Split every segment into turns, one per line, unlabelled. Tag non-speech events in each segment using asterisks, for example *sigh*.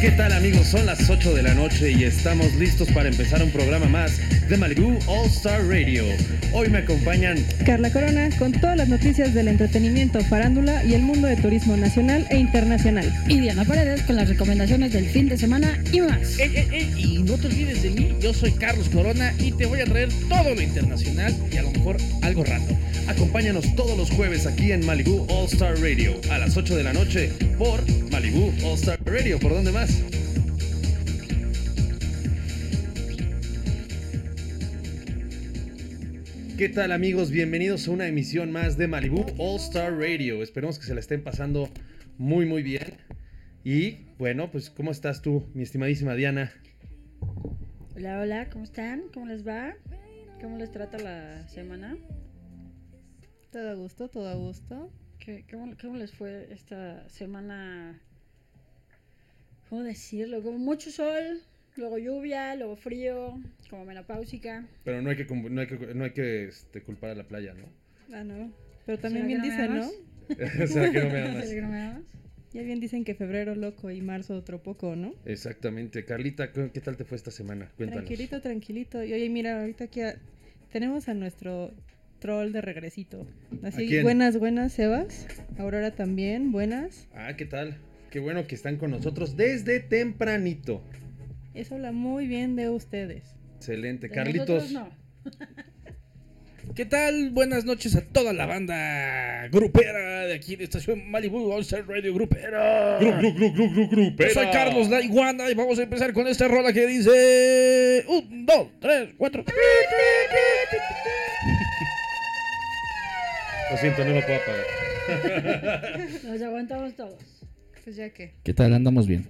¿Qué tal amigos? Son las 8 de la noche y estamos listos para empezar un programa más de Malibu All Star Radio. Hoy me acompañan
Carla Corona con todas las noticias del entretenimiento, farándula y el mundo de turismo nacional e internacional.
Y Diana Paredes con las recomendaciones del fin de semana y más.
Eh, eh, eh, y no te olvides de mí, yo soy Carlos Corona y te voy a traer todo lo internacional y a lo mejor algo random.
Acompáñanos todos los jueves aquí en Malibu All Star Radio a las 8 de la noche por Malibu All Star Radio. ¿Por dónde más? ¿Qué tal amigos? Bienvenidos a una emisión más de Malibu All Star Radio. Esperemos que se la estén pasando muy muy bien. Y bueno, pues ¿cómo estás tú, mi estimadísima Diana?
Hola, hola, ¿cómo están? ¿Cómo les va? ¿Cómo les trata la semana?
Todo a gusto, todo a gusto.
¿Qué, cómo, cómo les fue esta semana? ¿Cómo decirlo? Como mucho sol, luego lluvia, luego frío, como menopáusica.
Pero no hay que, cum- no hay que, no hay que este, culpar a la playa, ¿no?
Ah, no. Pero
¿Será
también bien
que no me
dicen, ¿no?
amas?
*laughs* o sea, que no
*laughs*
me amas.
¿Será que no me amas?
Ya bien dicen que febrero loco y marzo otro poco, ¿no?
Exactamente. Carlita, ¿qué qué tal te fue esta semana? Cuéntanos.
Tranquilito, tranquilito. Y oye, mira, ahorita aquí a- tenemos a nuestro troll de regresito.
¿A
Así,
quién?
buenas, buenas, Sebas. Aurora también, buenas.
Ah, ¿qué tal? Qué bueno que están con nosotros desde tempranito.
Eso habla muy bien de ustedes.
Excelente.
De
Carlitos,
nosotros no.
¿Qué tal? Buenas noches a toda la banda grupera de aquí de Estación Malibu All Star Radio Grupera.
Gru, gru, gru, gru, gru, gru,
Yo
pera.
soy Carlos La Iguana y vamos a empezar con esta rola que dice... Un, dos, tres, cuatro.
Lo siento, no lo puedo apagar.
Nos aguantamos todos.
Pues ya que.
¿Qué tal? Andamos bien.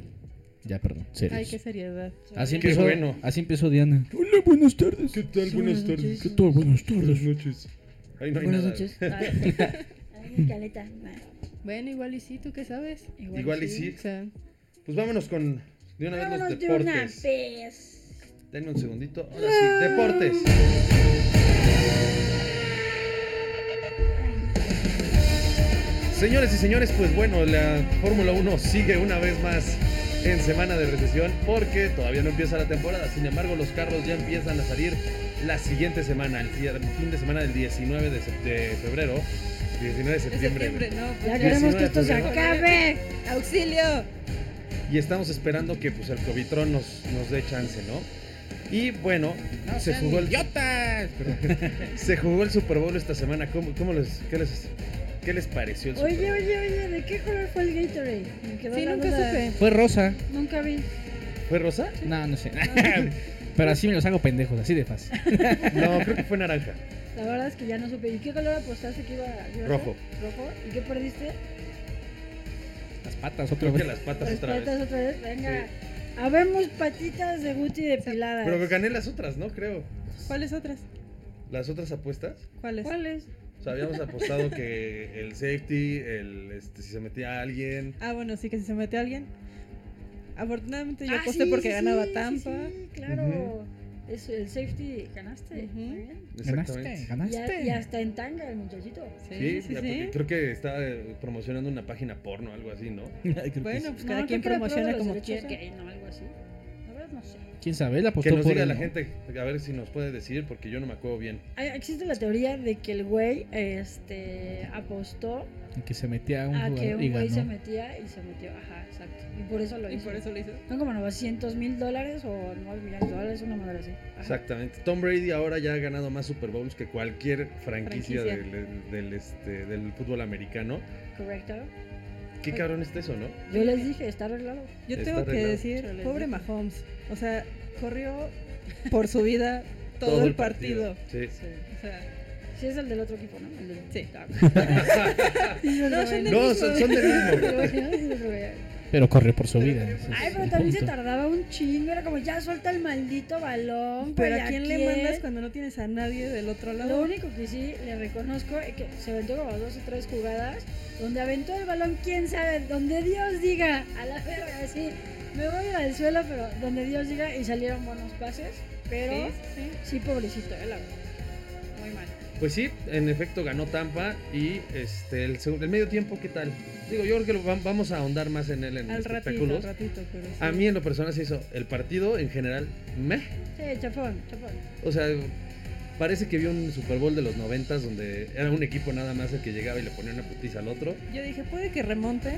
Ya, perdón. serios.
Ay, qué seriedad.
Así
Qué
empezó,
bueno.
así empezó Diana.
Hola, buenas tardes.
¿Qué tal?
Buenas noches.
¿Qué tal? Buenas tardes.
noches. Ay, no hay
Buenas
nada.
noches.
*laughs*
Ay, caleta. nah,
Bueno, igual y sí, ¿tú qué sabes?
Igual y sí.
O sea,
Pues vámonos con de una vez
Vámonos
los
de una
deportes.
vez.
Denme un segundito. Ahora sí, deportes. Señores y señores, pues bueno, la Fórmula 1 sigue una vez más en semana de recesión porque todavía no empieza la temporada. Sin embargo, los carros ya empiezan a salir la siguiente semana, el día- el fin de semana del 19 de, sep- de febrero. 19 de
en
septiembre.
septiembre, ¿no? Pues
Ya
Sí,
queremos
sí,
que esto se
no, no,
no.
acabe.
¡Auxilio!
Y estamos esperando que pues el Covitrón nos, nos dé chance, ¿no? Y bueno,
No
se
sean
jugó el
idiotas.
*laughs* Se jugó el Super Bowl esta semana. ¿Cómo, cómo les, qué, les, qué les pareció el Super
Oye,
Bowl?
oye, oye, ¿de qué color fue el Gatorade? Me quedó
Sí,
la
nunca
duda.
supe.
Fue rosa.
Nunca vi.
¿Fue rosa?
No,
*laughs*
no sé. Pero así me los hago pendejos, así de fácil.
No, creo que fue naranja.
La verdad es que ya no supe. ¿Y qué color apostaste que iba a iba a
Rojo.
ser? Rojo. ¿Y qué perdiste?
Las patas, otra
Creo que
vez.
las patas
Pues, Las
otra
patas
vez.
otra vez. Venga. Habemos patitas de Guti depiladas.
Pero que gané las otras, ¿no? Creo.
¿Cuáles otras?
Las otras apuestas.
¿Cuáles?
¿Cuáles?
O sea, habíamos apostado que el safety, el este, si se metía alguien.
Ah, bueno, sí, que si se metió alguien. Afortunadamente yo
Ah,
aposté
sí,
porque
sí,
ganaba
sí,
Tampa.
Sí, sí, claro. Eso, el safety ganaste.
Ujú.
Muy bien.
Ganaste,
Exactamente. *laughs*
Y, a-
ganaste.
y hasta en tanga el muchachito.
Sí, ya, porque creo que estaba eh, promocionando una página porno, algo así, ¿no?
Ay, creo que
Bueno,
sí.
pues cada
No,
quien
creo que era prueba
promociona
de los
como
derechos
quiera.
gay, ¿no? Algo así. La verdad no sé.
¿Quién sabe? Él apostó
Que nos
Pues por
diga
él,
la
¿no?
gente, a ver si nos puede decir, porque yo no me acuerdo bien.
Ah, Existe la teoría de que el güey este, apostó
Y Que se metía a un
a Ah, que
jugador y
un güey se
ganó.
metía y se metió. Ajá, exacto. Y por eso lo
Y
hizo.
por eso lo hizo.
Son como 900 mil dólares o 9 millones de dólares, una madre así. Ajá.
Exactamente. Tom Brady ahora ya ha ganado más Super Bowls que cualquier franquicia,
Franquicia.
Del, del, este, del fútbol americano.
Correcto.
Qué
Pues,
cabrón está eso, ¿no?
Yo les dije, está arreglado.
Yo
Está
tengo que
arreglado.
decir,
Yo les
pobre
dije.
Mahomes. O sea, corrió por
*laughs*
su vida todo, el partido.
Sí.
Sí.
O sea,
Sí, es el del otro equipo, ¿no? El del...
Sí.
*laughs*
Ah,
no, son del
No,
mismo.
son, son del
*laughs*
mismo.
Pero corrió por su vida. ese es
*laughs* Ay, pero
el
también se
*laughs*
punto.
tardaba un chingo. Era como, ya suelta el maldito balón.
Pero
güey,
¿a quién le mandas cuando no tienes a nadie del otro
Lo
lado?
único que sí le reconozco es que se aventó como dos o tres jugadas donde aventó el balón, quién sabe, donde Dios diga, a la verga, así. Me voy a ir al suelo, pero donde Dios diga y salieron buenos pases, pero
Sí, sí.
sí, pobrecito, eh, la verdad. Muy mal.
Pues sí, en efecto ganó Tampa y este el, seg- el medio tiempo, ¿qué tal? Digo, yo creo que lo vam- vamos a ahondar más en él en
Al ratito, al
espectáculos.
ratito, pero sí.
a mí en lo personal se hizo el partido en general, meh.
Sí, chapón, chapón.
O sea, parece que vi un Super Bowl de los noventas donde era un equipo nada más el que llegaba y le ponía una putiza al otro.
Yo dije, puede que remonten,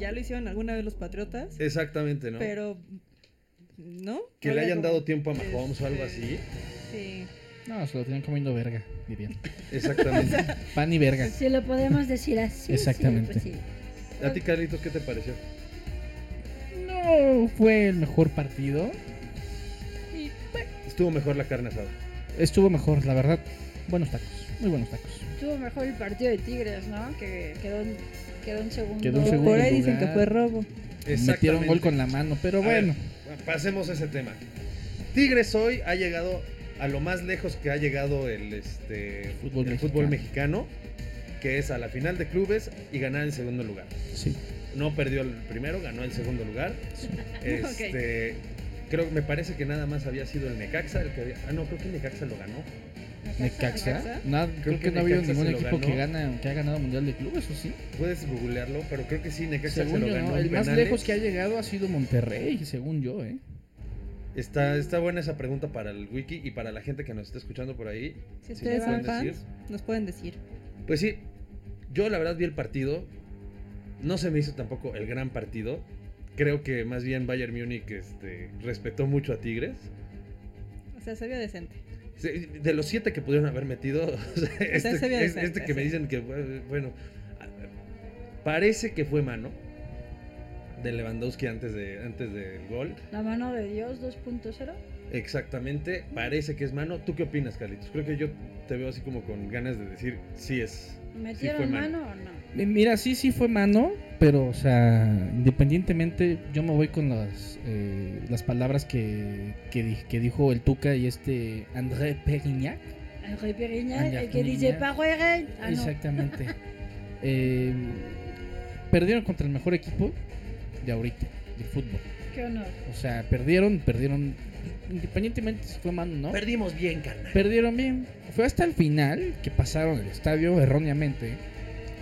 ya lo hicieron alguna vez los Patriotas,
Exactamente, ¿no?
pero ¿no?
que le
Había
hayan
como-
dado tiempo a Mahomes o algo
Este,
así.
Sí.
No, se lo tenían comiendo verga, dirían.
Exactamente.
Pan y verga.
Pues, Si lo podemos decir así. sí,
Exactamente.
pues sí.
A ti, Carlitos, ¿qué te pareció?
Pues,
No fue el mejor partido.
Y, bueno,
Estuvo mejor la carne asada.
Estuvo mejor, la verdad. Buenos tacos, muy buenos tacos.
Estuvo mejor el partido de Tigres, ¿no? Que quedó en, quedó en segundo.
Quedó en segundo.
por ahí dicen que
lugar.
fue robo.
Metieron gol con la mano, pero
A ver,
bueno.
pasemos a ese tema. Tigres hoy ha llegado a lo más lejos que ha llegado el, este,
Fútbol
el fútbol mexicano, que es a la final de clubes y ganar el segundo lugar.
Sí.
No perdió el primero, ganó el segundo lugar.
Sí.
Este, Creo que me parece que nada más había sido el Necaxa el que había. Ah, no, creo que el Necaxa lo ganó.
Necaxa. No, creo, que,
que
no ha habido
Necaxa
ningún
se lo
equipo que,
ganó.
gana, que ha ganado Mundial de Clubes, ¿o sí?
Puedes googlearlo, pero creo que sí, Necaxa se
Según
lo
yo,
ganó.
no.
en
El más
penales.
lejos que ha llegado ha sido Monterrey, según yo, ¿eh?
Está, está buena esa pregunta para el wiki y para la gente que nos está escuchando por ahí.
Si
si nos
ustedes son
pueden
fans,
decir.
nos pueden decir.
Pues sí, yo la verdad vi el partido. No se me hizo tampoco el gran partido. Creo que más bien Bayern Múnich este, respetó mucho a Tigres.
O sea, se vio decente.
Se- De los siete que pudieron haber metido, *laughs* o sea, este,
se vio
es-
decente,
este que me
sí.
dicen que, bueno, parece que fue mano de Lewandowski antes, de, antes del gol.
La mano de Dios 2.0.
Exactamente, parece que es mano. ¿Tú qué opinas, Carlitos? Creo que yo te veo así como con ganas de decir sí es.
¿Metieron
fue
mano o no?
Mi- Eh, Mira, sí, sí fue mano, pero, o sea, independientemente, yo me voy con las, eh, las palabras que, que, di- que dijo el Tuca y este André Perignac.
El Rey Piriña,
Anda,
el que dice
Piriña.
Pago y Rey. Ah, no.
Exactamente. *laughs* Eh, perdieron contra el mejor equipo de ahorita, de fútbol.
Qué honor.
O sea, perdieron, perdieron, independientemente si fue mano o no.
Perdimos bien, carnal.
Perdieron bien. Fue hasta el final que pasaron el estadio erróneamente,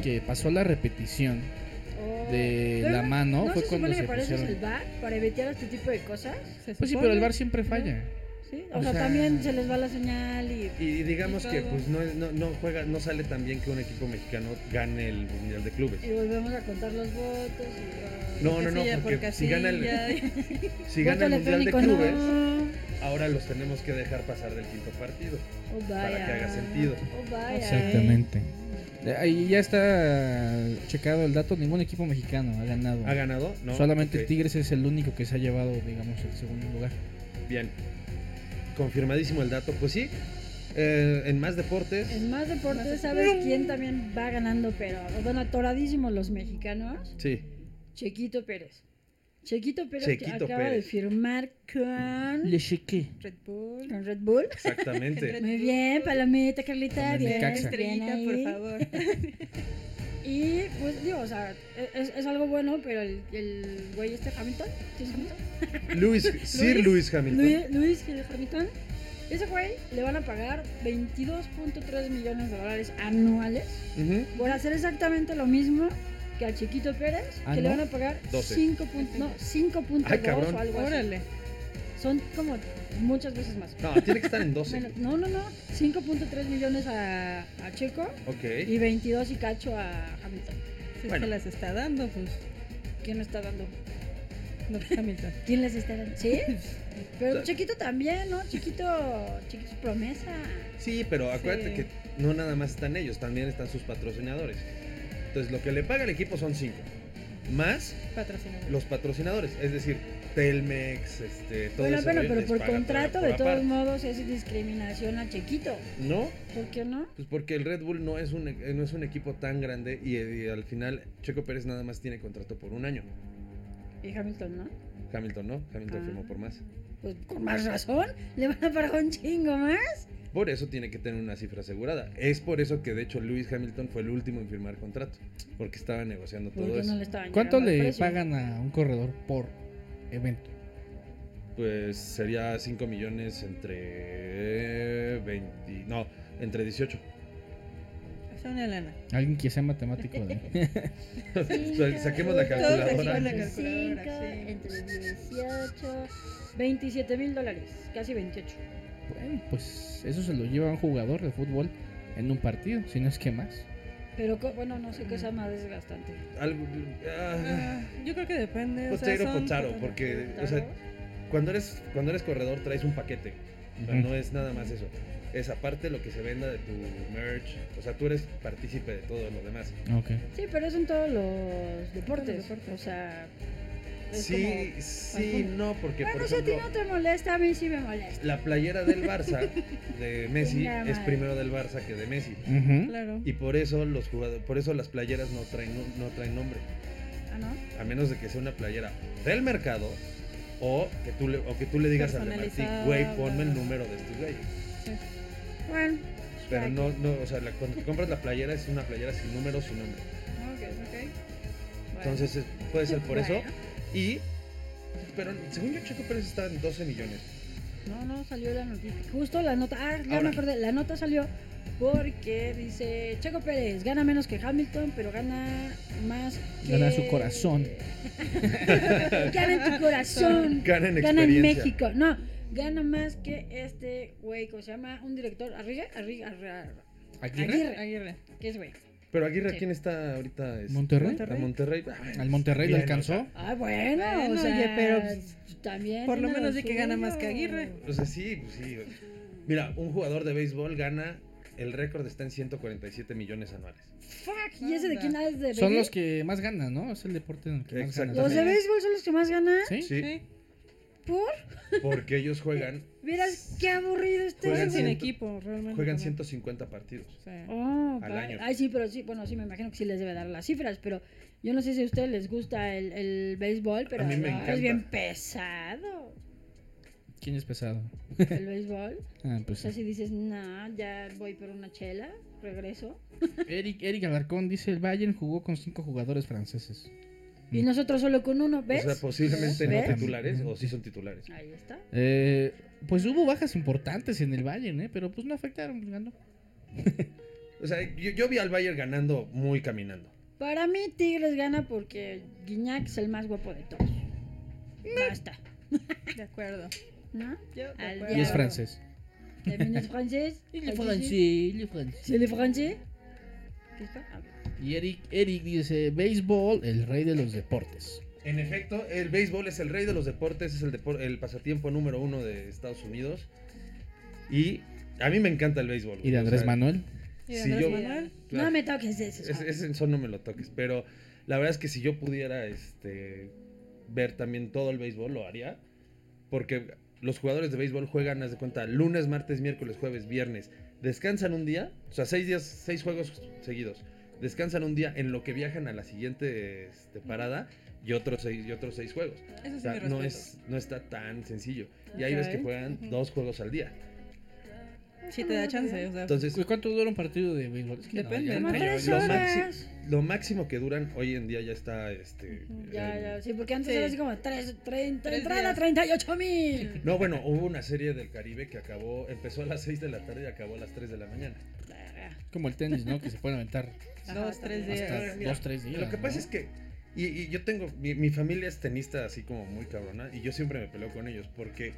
que pasó la repetición
Oh.
de
Pero
la
no-
mano.
¿No
fue
se
cuando
supone
se
que para eso es
pusieron.
el bar? ¿Para evitar este tipo de cosas?
Se
Pues sí,
supone.
pero el bar siempre falla.
¿Sí?
O
O, sea,
sea-
también se les va la señal y...
Y digamos
Y
que
todo.
pues no, es- no, no juega, no sale tan bien que un equipo mexicano gane el Mundial de Clubes.
y volvemos a contar los votos y...
No, no, no,
Casilla por
porque si gana el, *laughs*
casilla.
si gana el
Voto
Mundial de
electrónico,
Clubes,
no.
ahora los tenemos que dejar pasar del quinto partido.
Oh, vaya.
para que haga sentido.
Oh, vaya.
Exactamente. Eh, Ahí ya está checado el dato. Ningún equipo mexicano ha ganado.
¿Ha ganado? No.
Solamente
Ok,
Tigres es el único que se ha llevado, digamos, el segundo lugar.
Bien. Confirmadísimo el dato. Pues sí, eh, en más deportes.
En más deportes, ¿sabes quién también va ganando? Pero, bueno, atoradísimos los mexicanos.
Sí.
Chequito Pérez. Chequito Pérez
Chequito
que acaba
Pérez.
de firmar con...
Le chequé.
Red Bull.
con Red Bull. *laughs*
Exactamente.
Muy bien, Palomita, Carlita,
Con el
bien,
Necaxa.
bien
Estrellita,
ahí.
por favor.
*laughs* Y pues digo, o sea, es, es algo bueno, pero el, el güey este Hamilton, ¿sí es Hamilton?
Luis, Sir Luis Hamilton.
Luis, Luis Hamilton, ese güey le van a pagar 22.3 millones de dólares anuales
Ujú.
por hacer exactamente lo mismo que al Chiquito Pérez,
Ah,
que le
¿no?
van a pagar
12.
5 punto- no, 5.2
Ay, cabrón.
o algo así.
Órale.
Son como muchas veces más.
No, tiene que estar en 12.
Bueno, no, no, no, 5.3 millones a, a Checo
Ok.
y 22 y cacho a Hamilton.
Si
Bueno.
se las está dando, pues.
¿Quién le está dando?
No, pues, Hamilton.
¿Quién les está dando? ¿Sí? Pero
Claro.
Chiquito también, ¿no? Chiquito, Chiquito es promesa.
Sí, pero acuérdate
Sí.
que no nada más están ellos, también están sus patrocinadores. Entonces, lo que le paga el equipo son 5. Más
Patrocinador.
los patrocinadores, es decir, Telmex, este, todo
bueno,
ese
bueno,
rollo
pero
les
por
paga todo-
contrato,
por
de todos
aparte.
modos, es discriminación a Chiquito.
No,
¿Por qué no?
pues porque el Red Bull no es un, eh, no es un equipo tan grande y, eh, y al final Checo Pérez nada más tiene contrato por un año.
Y Hamilton, ¿no?
Hamilton no, Hamilton
Ah.
firmó por más.
Pues con más razón, le van a pagar un chingo más.
Por eso tiene que tener una cifra asegurada. Es por eso que de hecho Lewis Hamilton fue el último en firmar contrato, porque estaba negociando todo
Porque
eso.
no le estaban
¿Cuánto
llegando al
le
precio?
pagan a un corredor por evento?
Pues sería 5 millones entre 20, no, entre 18.
sea una lana.
Alguien que sea matemático. *laughs* de-
*laughs* Sa- Saquemos la
Todos saquemos
calculadora.
la calculadora, sí.
entre 18, 27 mil dólares, casi 28.
Bueno, pues eso se lo lleva un jugador de fútbol en un partido, si no es que más.
Pero co- bueno, no sé qué sea más desgastante.
Algo- ah, Pues
Ah, yo creo que depende. o sea,
Potero,
son-
potaro, porque o sea, cuando, eres, cuando eres corredor traes un paquete. O sea,
Ujú.
no es nada más eso. Es aparte lo que se venda de tu merch. O sea, tú eres partícipe de todo lo demás.
Ok.
Sí, pero eso en todos los deportes.
Todos los deportes.
O sea, es
Sí,
como-
sí,
fast
no, porque por
Bueno, si a ti
ejemplo,
no te molesta, a mí sí me molesta.
la playera del Barça de Messi
Chinga
es
madre.
primero del Barça que de Messi.
Ujú.
Claro.
¿Mm? Y por eso los jugadores, por eso las playeras no traen no- no traen nombre.
Ah, ¿no?
a menos de que sea una playera del mercado o que tú le, o que tú le digas al de Martí,
Personalizada.
güey, ponme el número de estos güeyes.
Bueno.
Pero no, no, o sea, la- cuando te compras la playera es una playera sin número, sin nombre.
Ok, ok. Bueno.
Entonces es- puede ser por eso.
Bueno.
Y, pero según yo, Checo Pérez está en 12 millones.
No, no salió la noticia. Justo la nota. Ah, ya
Ahora.
me acordé. La nota salió porque dice: Checo Pérez gana menos que Hamilton, pero gana más. Que...
Gana su corazón.
*laughs* gana en tu corazón.
Gana en
gana en
experiencia.
México. No, gana más que este güey, ¿cómo se llama? Un director. Arriga, Arriga, Arriga.
¿Aguirre?
Aguirre.
¿Qué es güey?
Pero Aguirre,
Sí.
¿quién está ahorita? Es-
¿Monterrey?
A Monterrey. Ah,
¿Al Monterrey le
bien,
alcanzó?
Ah, bueno,
Bueno,
o sea,
oye, pero, pues,
también.
por lo
tiene
menos di que gana
suyo.
más que Aguirre.
O sea, sí, pues sí. Mira, un jugador de béisbol gana, el récord está en 147 millones anuales.
Fuck, ¿y ese de quién es de
Son
béisbol?
los que más ganan, ¿no? Es el deporte en el que más ganan.
Exactamente.
Los de béisbol son los que más ganan.
¿Sí?
Sí,
¿Por?
porque ellos juegan
Verás qué aburrido este
Juegan
Juegan sin
ciento-
equipo, realmente.
Juegan
también.
150 partidos.
Sí.
Oh,
Al
va-
año.
Ay, sí, pero sí, bueno, sí, me imagino que sí les debe dar las cifras, pero yo no sé si a ustedes les gusta el, el béisbol, pero
A mí me
no,
encanta.
es bien pesado
¿Quién es pesado?
el béisbol.
Ah,
O
pues
sea,
sí.
si dices, no, ya voy por una chela, regreso.
Eric, Eric Alarcón dice, el Bayern jugó con cinco jugadores franceses.
Y
Mm.
nosotros solo con uno, ¿ves?
O sea, pues posiblemente no
¿Ves?
titulares o sí son titulares.
Ahí está.
Eh, pues hubo bajas importantes en el Bayern, ¿eh? Pero pues no afectaron, ganó.
O sea, yo, yo vi al Bayern ganando muy caminando.
Para mí, Tigres gana porque Guiñac es el más guapo de todos. Basta,
De acuerdo.
¿no?
Yo, de
Al
acuerdo.
Y es
diablo.
francés.
*laughs*
También es francés. ¿Se le francés? ¿Qué está? Ah, bien.
Y Eric, Eric dice, béisbol, el rey de los deportes.
En efecto, el béisbol es el rey de los deportes, es el, depor- el pasatiempo número uno de Estados Unidos. Y a mí me encanta el béisbol.
Y de
o
Andrés
sea,
Manuel.
Y de
Si
Andrés
yo-
Manuel.
claro,
No me toques de eso.
es- ese son no me lo toques. Pero la verdad es que si yo pudiera este, ver también todo el béisbol, lo haría. Porque los jugadores de béisbol juegan, haz de cuenta, lunes, martes, miércoles, jueves, viernes. Descansan un día, o sea, seis días, seis juegos seguidos. Descansan un día en lo que viajan a la siguiente este, parada y otros seis, y otros seis juegos.
Eso
O
sí
sea,
me
no,
respeto.
es, no está tan sencillo. Y ahí ves que
Ok.
juegan
Ujú.
dos juegos al día.
Sí te da chance, o sea.
Entonces,
Pues, ¿Cuánto dura un partido de béisbol? Es que
Depende,
ya-
¿no?
ya-
tres
ya-
lo,
horas.
maxi- lo máximo que duran hoy en día ya está este.
Ya,
en-
ya, sí, porque antes
Sí.
era así como 3, 30,
Tres
entrada
días.
38
*laughs*
mil.
No, bueno, hubo una serie del Caribe que acabó, empezó a las 6 de la tarde y acabó a las 3 de la mañana.
Como el tenis, ¿no? Que se pueden aventar
Dos, tres días.
hasta
mira,
dos, tres días.
Lo que pasa es que, y, y yo tengo, mi, mi familia es tenista así como muy cabrona y yo siempre me peleo con ellos porque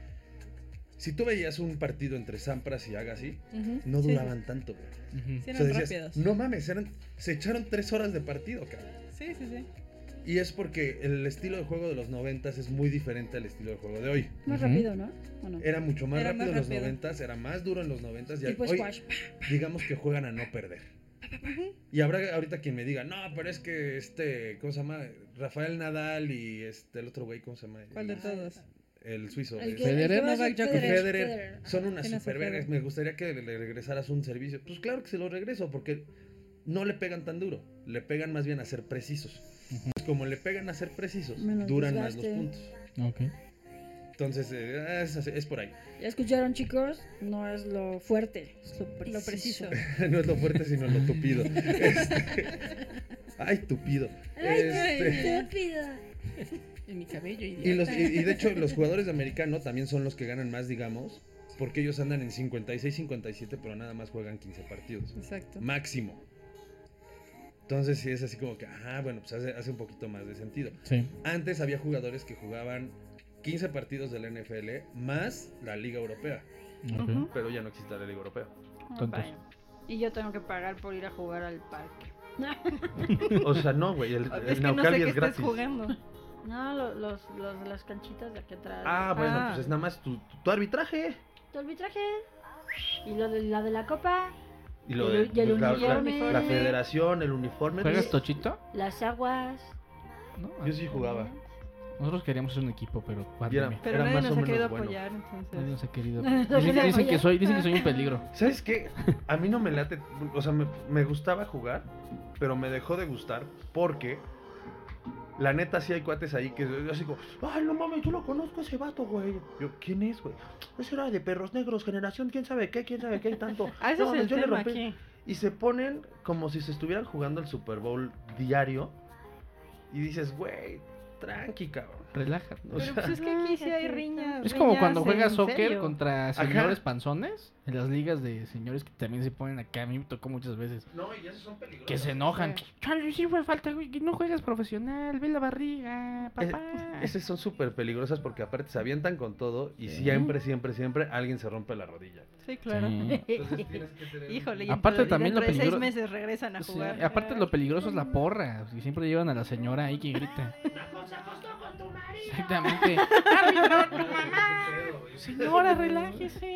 si tú veías un partido entre Sampras y Agassi,
Ujú.
no
Sí,
duraban tanto, güey.
que...
Sí, sí
O
eran
sea, decías,
rápidos.
no mames, eran, se echaron 3 horas de partido, cabrón.
Sí, sí, sí.
Y es porque el estilo de juego de los 90 es muy diferente al estilo de juego de hoy.
Más
Ujú.
rápido, ¿no? ¿O no?
Era mucho más
Era
rápido
más
en los
rápido. pues
90, era más duro en los 90 y
Tipo
hoy
pues squash.
digamos que juegan a no perder. Y habrá ahorita quien me diga, no, pero es que este, ¿cómo se llama? Rafael Nadal y este, el otro güey, ¿cómo se llama?
¿Cuál de
El,
todos?
el suizo.
El
es-
que-
Federer,
el que va a
Novak
ser
Djokovic.
Federer,
Federer.
Son unas
¿Quién hace
super vergas. Me gustaría que le regresaras un servicio. Pues claro que se lo regreso, porque no le pegan tan duro. Le pegan más bien a ser precisos. Como le pegan a ser precisos,
Menos
duran más los
desgaste.
puntos.
Ok.
Entonces, eh, es, así- es por ahí. *laughs*
¿Ya escucharon, chicos? No es lo fuerte, es lo preciso.
Lo preciso.
no es lo fuerte, sino lo tupido. *laughs* Este, Ay, tupido.
Ay,
Este,
Estúpido.
En mi cabello,
Y, los, y, y de hecho, los jugadores de americano también son los que ganan más, digamos, porque ellos andan en 56, 57, pero nada más juegan 15 partidos.
Exacto.
Máximo. Entonces sí es así como que, ah, bueno, pues hace, hace un poquito más de sentido.
Sí.
Antes había jugadores que jugaban 15 partidos de la NFL más la Liga Europea,
ok.
Ujú.
pero ya no existe la Liga Europea.
Ah,
Tontos.
bueno. Y yo tengo que pagar por ir a jugar al parque.
O sea, no, güey, el, el
*laughs* Es que no sé
Naucali
qué
es
estés
gratis.
jugando.
No, lo- los, los- las canchitas de aquí atrás. Ah,
Ah, bueno,
Ah.
pues es nada más tu, tu arbitraje.
Tu arbitraje. Y lo de, la de la copa.
Y lo
Y el-
de
y el
la, la-
uniforme.
la federación, el uniforme.
¿Juegas
Yo-
tochito?
Las aguas.
No.
Yo sí jugaba.
Nosotros queríamos ser un equipo, pero
Viera.
párdame.
Era
Pero nadie
más
nos
o
ha
menos
querido
bueno.
apoyar,
Nadie
entonces.
nos ha *laughs* querido.
Nos
Dicen,
querían
dicen que
apoyar.
soy, dicen que soy un peligro.
¿Sabes qué? A mí no me late, o sea, me, me gustaba jugar, pero me dejó de gustar porque la neta sí hay cuates ahí que yo así como, ay, no mames, yo lo conozco a ese vato, güey. Yo, ¿quién es, güey? Ese era de perros negros, generación, quién sabe qué, quién sabe qué, y tanto.
*laughs* Ah, ese
No,
es el
yo le
tema
rompí".
aquí.
Y se ponen como si se estuvieran jugando el Super Bowl diario y dices, güey, tranqui, cabrón.
Relaja.
O
Pero
sea,
pues es que aquí sí hay riñas.
Es como
riñas
cuando juegas
en
soccer
serio.
contra
Ajá.
señores panzones. En las ligas de señores que también se ponen acá. A mí me tocó muchas veces.
no, y esos son peligrosos.
Que se enojan. Charlie, sí, güey, falta, güey. que No juegas profesional. Ve la barriga,
Es-
papá.
Esas son súper peligrosas porque aparte se avientan con todo y
Sí.
siempre, siempre, siempre alguien se rompe la rodilla.
Sí, claro. *laughs*
Sí.
Entonces tienes que
*laughs*
tener...
Híjole, y
Aparte
dentro-
también lo
dentro de seis
peligro-
meses regresan a
Sí,
jugar.
aparte lo peligroso es la porra, que siempre llevan a la señora ahí que grita. *laughs* Exactamente. Árbitro,
*laughs*
tu mamá. Señora, relájese.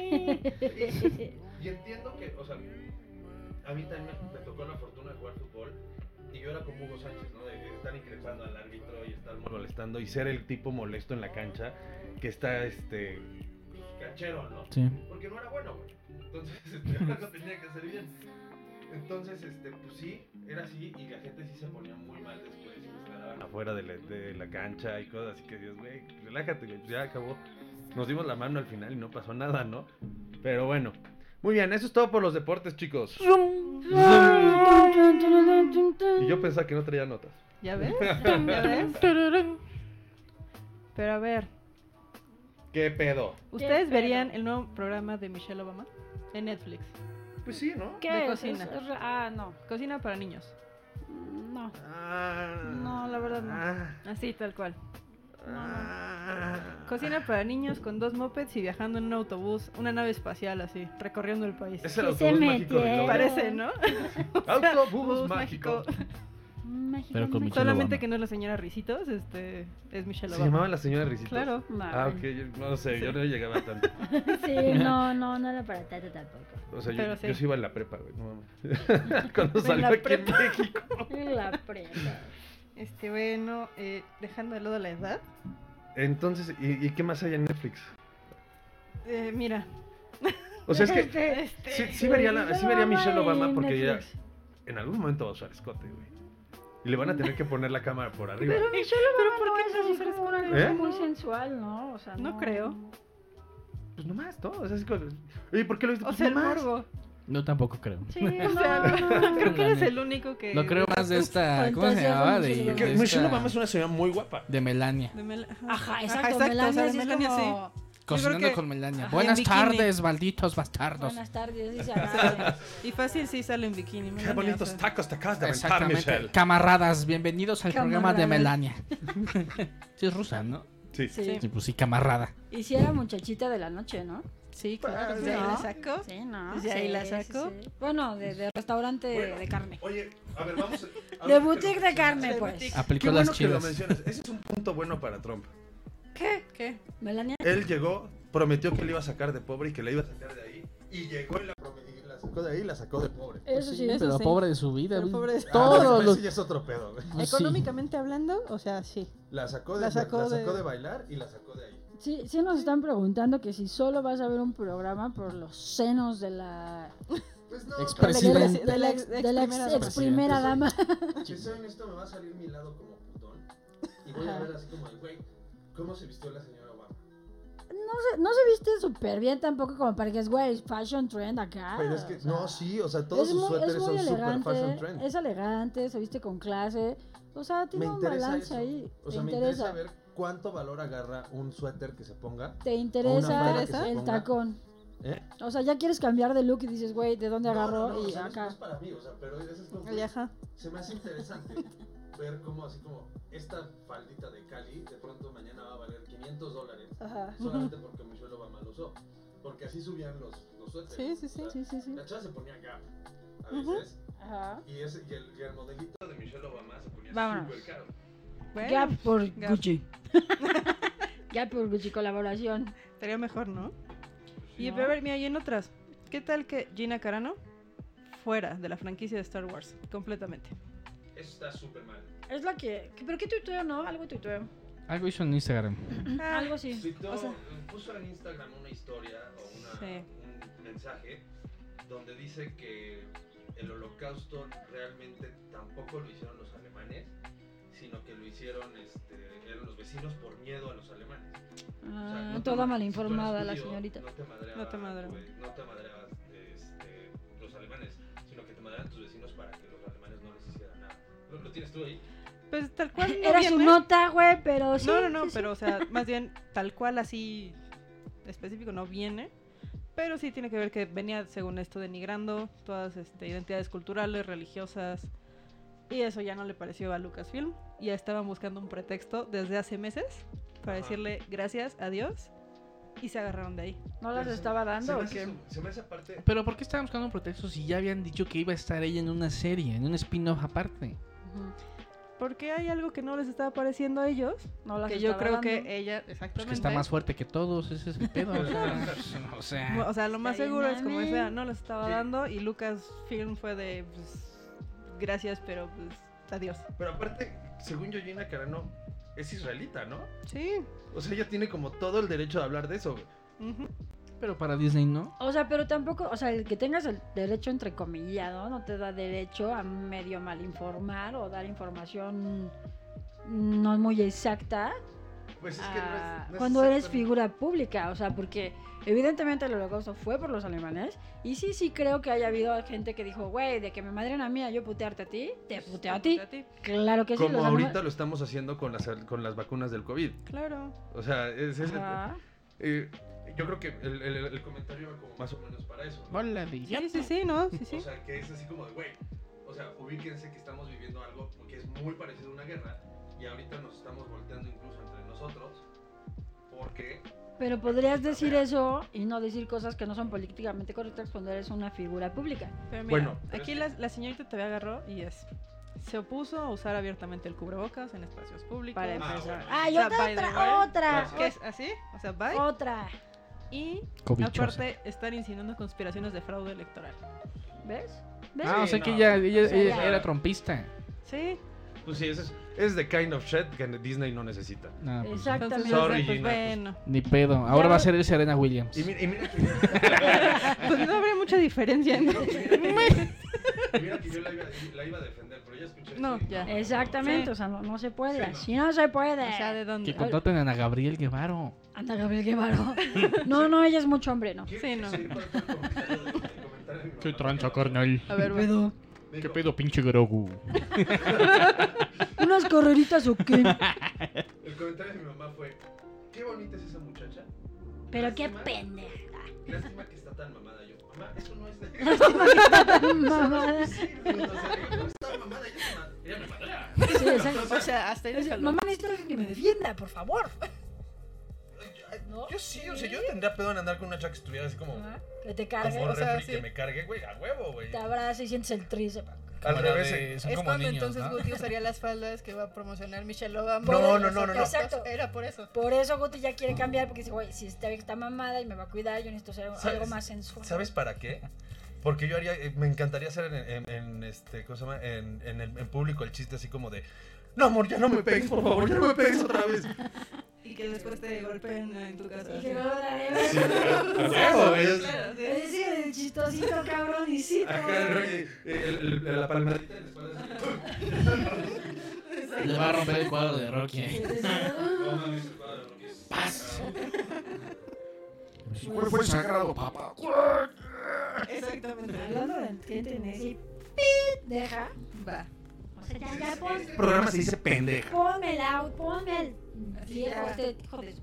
Y entiendo que, o sea, a mí también me tocó la fortuna de jugar fútbol y yo era como Hugo Sánchez, ¿no? De estar increpando al árbitro y estar molestando y ser el tipo molesto en la cancha que está, este, pues, canchero, ¿no?
Sí.
Porque no era bueno, güey. Entonces, *laughs* este, no tenía que hacer bien. Entonces, este, pues sí, era así y la gente sí se ponía muy mal después. y se quedaban afuera de la, de la cancha y cosas así que Dios, güey, relájate, güey, pues ya acabó. Nos dimos la mano al final y no pasó nada, ¿no? Pero bueno. Muy bien, eso es todo por los deportes, chicos. Y yo *laughs* pensaba que no traía notas.
¿Ya ves? ¿Ya *laughs* ves? Pero a ver,
¿Qué pedo?
¿ustedes
pedo?
verían el nuevo programa de Michelle Obama? En Netflix.
Pues sí, ¿no?
¿Qué
De
es?
cocina.
Es- es ra- ah, no.
Cocina para niños.
No.
Ah,
No, la verdad no.
ah,
Así, tal cual.
ah.
Cocina para niños con dos mopeds y viajando en un autobús, una nave espacial así, recorriendo el país.
Es el
¿Qué se
autobús mágico de Gloria.
*laughs*
metieron?
Parece, ¿no?
Autobús
Autobús
mágico.
México,
Pero con
México.
Michelle
Solamente
Obama.
que no es la señora Risitos, este, es Michelle
¿Se
Obama.
llamaba la señora Risitos?
Claro.
No.
Ah, ok, yo no sé, yo no llegaba tanto.
Sí, no, no, no era para tanto tampoco.
O sea, yo,
Pero
sí.
sí.
yo sí iba en la prepa, güey, no
*laughs*
mames. Cuando
En
salió
la
aquí
prepa.
en México.
*laughs* La prenda.
Este, bueno, eh, dejando de lado la edad.
Entonces, ¿y, y qué más hay en Netflix?
eh, mira,
O sea, es que
este,
sí, sí vería, la, sí vería a Michelle Obama porque
ya
ya en algún momento va a usar escote, güey. Y le van a tener que poner la cámara por arriba.
este,
Ah,
pero ¿por qué no
es así
usar
como una
escote?
cosa
¿Eh?
muy sensual, ¿no? O sea, no,
No creo.
Pues nomás, ¿no? O sea, es como... Oye, ¿por qué lo viste?
o
Pues
sea, el
nomás.
morbo. *laughs*
No, tampoco creo.
*laughs* Sí, no,
O sea,
no, no.
Creo que eres
Dale.
el único que...
No creo más de esta. ¿Cómo se
Fantasía
llamaba?
con
De,
Michelle
Que
de
Michelle
esta-
Obama es una señora muy guapa.
de Melania.
De Mel- Ajá.
Ajá, exacto.
exacto, o sea,
Melania, sí es
Melania
como,
Cocinando
que-
con Melania.
Ajá, en
Buenas
bikini.
tardes, malditos bastardos.
Buenas tardes, *laughs* dice acá.
Y fácil sí sale en bikini.
Qué
Melania,
bonitos
o sea.
tacos te acabas de aventar,
Exactamente.
Michelle.
Camaradas, bienvenidos al programa de
Camaradas.
Melania. *laughs* sí, es rusa, ¿no?
Sí.
Sí.
Sí, pues sí, camarada.
Y si era muchachita de la noche, ¿no?
Sí, claro.
Ah,
de ahí
¿no?
la sacó.
Sí, no.
Pues de ahí la
sí, sí,
saco.
sí. Bueno, de, de restaurante
Bueno,
de carne.
Oye, a ver, vamos.
*laughs*
a-
De
ahorita-
boutique de carne, pues.
boutique.
Aplicó
Qué bueno
las
que lo
Ah, chidas.
mencionas. Ese es un punto bueno para Trump.
¿Qué? ¿Qué?
Melania.
Él llegó, prometió que le iba a sacar de pobre y que le iba a sacar de ahí. Y llegó y la, prom- y la sacó de ahí y la sacó de pobre.
Eso sí.
Eso
Pues Pero
sí.
pobre de su vida,
Pero
güey.
pobre de- Pues
Todos
Ah, pero
los-
ese ya es otro pedo, güey.
Pues
Ah,
sí.
Económicamente hablando, o sea, sí.
La sacó, de,
La sacó
la sacó
de-
de bailar y la sacó de ahí.
Sí, sí nos están preguntando que si solo vas a ver un programa por los senos de la
Pues no,
Expresidente.
de la ex, de la ex-
Ex-
ex primera dama.
pero Pues, Si soy honesto, me va a salir mi lado como putón. Y voy a ver así como, de, güey, ¿cómo se vistió la señora Obama?
No se- No se viste súper bien tampoco como para que es güey, fashion trend acá.
Pero Pues es que,
Ah, o sea,
no, sí, o sea, todos sus suéteres son super fashion trend.
Es elegante, se viste con clase. O sea, tiene
me
un
interesa
balance
eso.
ahí.
O sea,
te
me
interesa.
interesa ver cuánto valor agarra un suéter que se ponga
Te
falda
interesa
que se
el
ponga.
tacón.
¿Eh?
O sea, ya quieres cambiar de look y dices, güey, ¿de dónde
No,
agarró?
no, no, o
y
sea, no es- no
acá.
es para mí, o sea, pero esas cosas-
Ay, ajá.
se me hace interesante ver cómo así como esta faldita de Cali de pronto mañana va a valer 500 dólares
Ajá.
solamente porque Michelle Obama lo usó. Porque así subían los, los suéteres.
Sí, sí, sí.
O sea,
Sí, sí, sí.
La chava se ponía acá a
Ujú.
veces
Ajá.
y, ese, y, el, y el modelito de Michelle Obama se ponía
Vámonos.
súper caro.
Bueno,
Gap por
Gap.
*laughs* Gucci. Gap por Gucci, colaboración.
estaría mejor, ¿no? Y
No.
pero a ver, mira, y en otras, ¿qué tal que Gina Carano fuera de la franquicia de Star Wars completamente?
Eso está súper mal.
Es la que. ¿Pero qué tuiteo, no? Algo tuiteo.
Algo hizo en Instagram.
Ah,
Algo sí.
Citó-
O sea,
puso en Instagram una historia o una-
Sí.
un mensaje donde dice que el holocausto realmente tampoco lo hicieron los alemanes, sino que lo hicieron este, eran los vecinos por miedo a los alemanes. O sea,
ah,
no te
toda
ma-
mal
si tú
informada
eres
la
judío,
señorita.
No te madreaba,
No te madreaba.
güey, no te madreabas, este, los alemanes, sino que te madreaban tus vecinos para que los alemanes no les hicieran nada. Lo, lo tienes tú ahí.
Pues tal
*laughs*
cual. no
Era
bien,
su
¿eh?
nota, güey, pero sí.
No, no, no,
sí, sí.
pero o sea, más bien tal cual así específico no viene, pero sí tiene que ver que venía, según esto, denigrando todas este, identidades culturales, religiosas, y eso ya no le pareció a Lucasfilm, y ya estaban buscando un pretexto desde hace meses para
Ajá.
decirle gracias a Dios, y se agarraron de ahí.
No las
Pero se-
estaba
se,
dando.
me
¿o
hace
qué?
su- se me hace aparte
Pero ¿por qué estaban buscando un pretexto si ya habían dicho que iba a estar ella en una serie, en un spin-off aparte? Pues
Ujú.
Porque hay algo que no les estaba pareciendo a ellos,
No las
que yo
estaba
creo
dando.
que ella, exactamente.
Pues que está más fuerte que todos, ese es el pedo. O sea, *laughs* o
Mu-
sea,
O sea, lo más
Está bien,
seguro es como
mami.
sea, no los estaba
Sí.
dando y Lucasfilm fue de pues, gracias, pero pues adiós.
Pero aparte, según yo, Gina Carano es israelita, ¿no?
Sí.
O sea, ella tiene como todo el derecho de hablar de eso, güey.
pero para Disney no.
O sea, pero tampoco, o sea, el que tengas el derecho entrecomillado no te da derecho a medio malinformar o dar información no muy exacta
Pues es que no es-
a-
no es
cuando eres
exactamente-
figura pública, o sea, porque evidentemente el holocausto fue por los alemanes y sí, sí creo que haya habido gente que dijo, güey, de que me madren a mí a yo putearte a ti, Pues, te puteo a ti. Claro que sí,
Como
los
ahorita
alemanes-
lo estamos haciendo con las, con las vacunas del COVID.
Claro.
O sea, es, es-
Ajá.
eh, yo creo que el, el- el comentario iba como más o menos para eso. ¿no?
Hola, de
Sí, sí, sí, ¿no? Sí,
O
sí.
sea, que es así como de, güey, o sea, ubíquense que estamos viviendo algo que es muy parecido a una guerra y ahorita nos estamos volteando incluso entre nosotros porque
Pero podrías decir eso y no decir cosas que no son políticamente correctas cuando eres una figura pública.
Pero mira,
Bueno, pero
aquí
es
la, la señorita te agarró y es. Se opuso a usar abiertamente el cubrebocas en espacios públicos.
Para
Ah,
empezar.
bueno.
Ah, y
O sea,
otra,
by the
otra,
way,
otra,
gracias.
¿Qué es así? O sea, bye.
otra.
Y
Covichosa.
aparte están insinuando conspiraciones de fraude electoral.
¿Ves? ¿Ves?
Ah, o
Sí,
sea que
no.
ella, ella-
O sea,
ella
ya.
era trompista.
Sí.
Pues sí, ese es, es the kind of shit que Disney no necesita.
No,
Entonces,
pues,
Exactamente.
Sorry,
pues,
Gina, pues.
bueno. *laughs*
ni pedo. Ahora va a ser el Serena Williams.
Y mira, y mira que,
Pues no habría mucha diferencia
*laughs*
en
y mira que yo la iba, la iba a defender, pero ya escuché.
No,
sí,
ya.
Exactamente,
Sí.
o sea, no, no se puede.
Sí, no.
Si no se puede.
O sea, ¿de dónde?
Que contraten a Ana Gabriel Guevaro.
Anda,
*laughs*
Gabriel Guevara. No, no, ella es mucho hombre, no.
¿Qué-
Sí, no.
¿cuál fue el comentario de- el comentario de mi mamá?
A ver, bueno.
pedo?
Dijo,
pinche Grogu?
¿Unas carreritas o
*laughs*
qué?
El comentario de mi mamá fue: Qué bonita es esa muchacha.
Pero qué
Lástima-
pendeja.
Lástima que está tan mamada. Yo, mamá, eso no es de.
Mamada.
Sí, güey, o sea, no está mamada, ella es ma- ella me madrea.
Sí, exacto.
O sea, hasta ahí
O sea,
déjalo.
Mamá, necesito alguien que me defienda, por favor. ¿No?
Yo sí, o sea, yo tendría pedo en andar con una chaca que estuviera así como.
Ajá, Que te
Como
cargue,
un
o sea,
refri que
sí.
me cargue, güey, a huevo, güey.
te abraza y sientes el tríceps.
Al revés. eh.
Es cuando entonces Guti usaría las faldas que va a promocionar Michelle Obama.
No, no, no, no, no.
Exacto.
Era por eso.
Por eso Guti ya quiere cambiar, porque dice, güey, si está bien que está mamada y me va a cuidar, yo necesito ser algo-
¿Sabes?
algo más sensual.
¿Sabes para qué? Porque yo haría, eh, me encantaría hacer en, en- en este, ¿cómo se llama? En, en el- en público el chiste así como de, no amor, ya no me pegues, por favor, ya no me pegues otra vez.
Y que después te golpeen en tu casa.
Y que no la debes.
Huevo, es-
Es decir, el chistosito cabronicito.
Acá, oye, eh, el- el- la palmadita en la espalda.
Le va a romper el cuadro de Rocky.
No mames, padre, lo que es.
Fue sagrado, papá.
Exactamente.
Hablando de que tenés y deja.
Va.
O sea, ya, ya pon,
programa se dice pendeja.
ponme el out, ponme el. Sí, hijo de- hijo de su-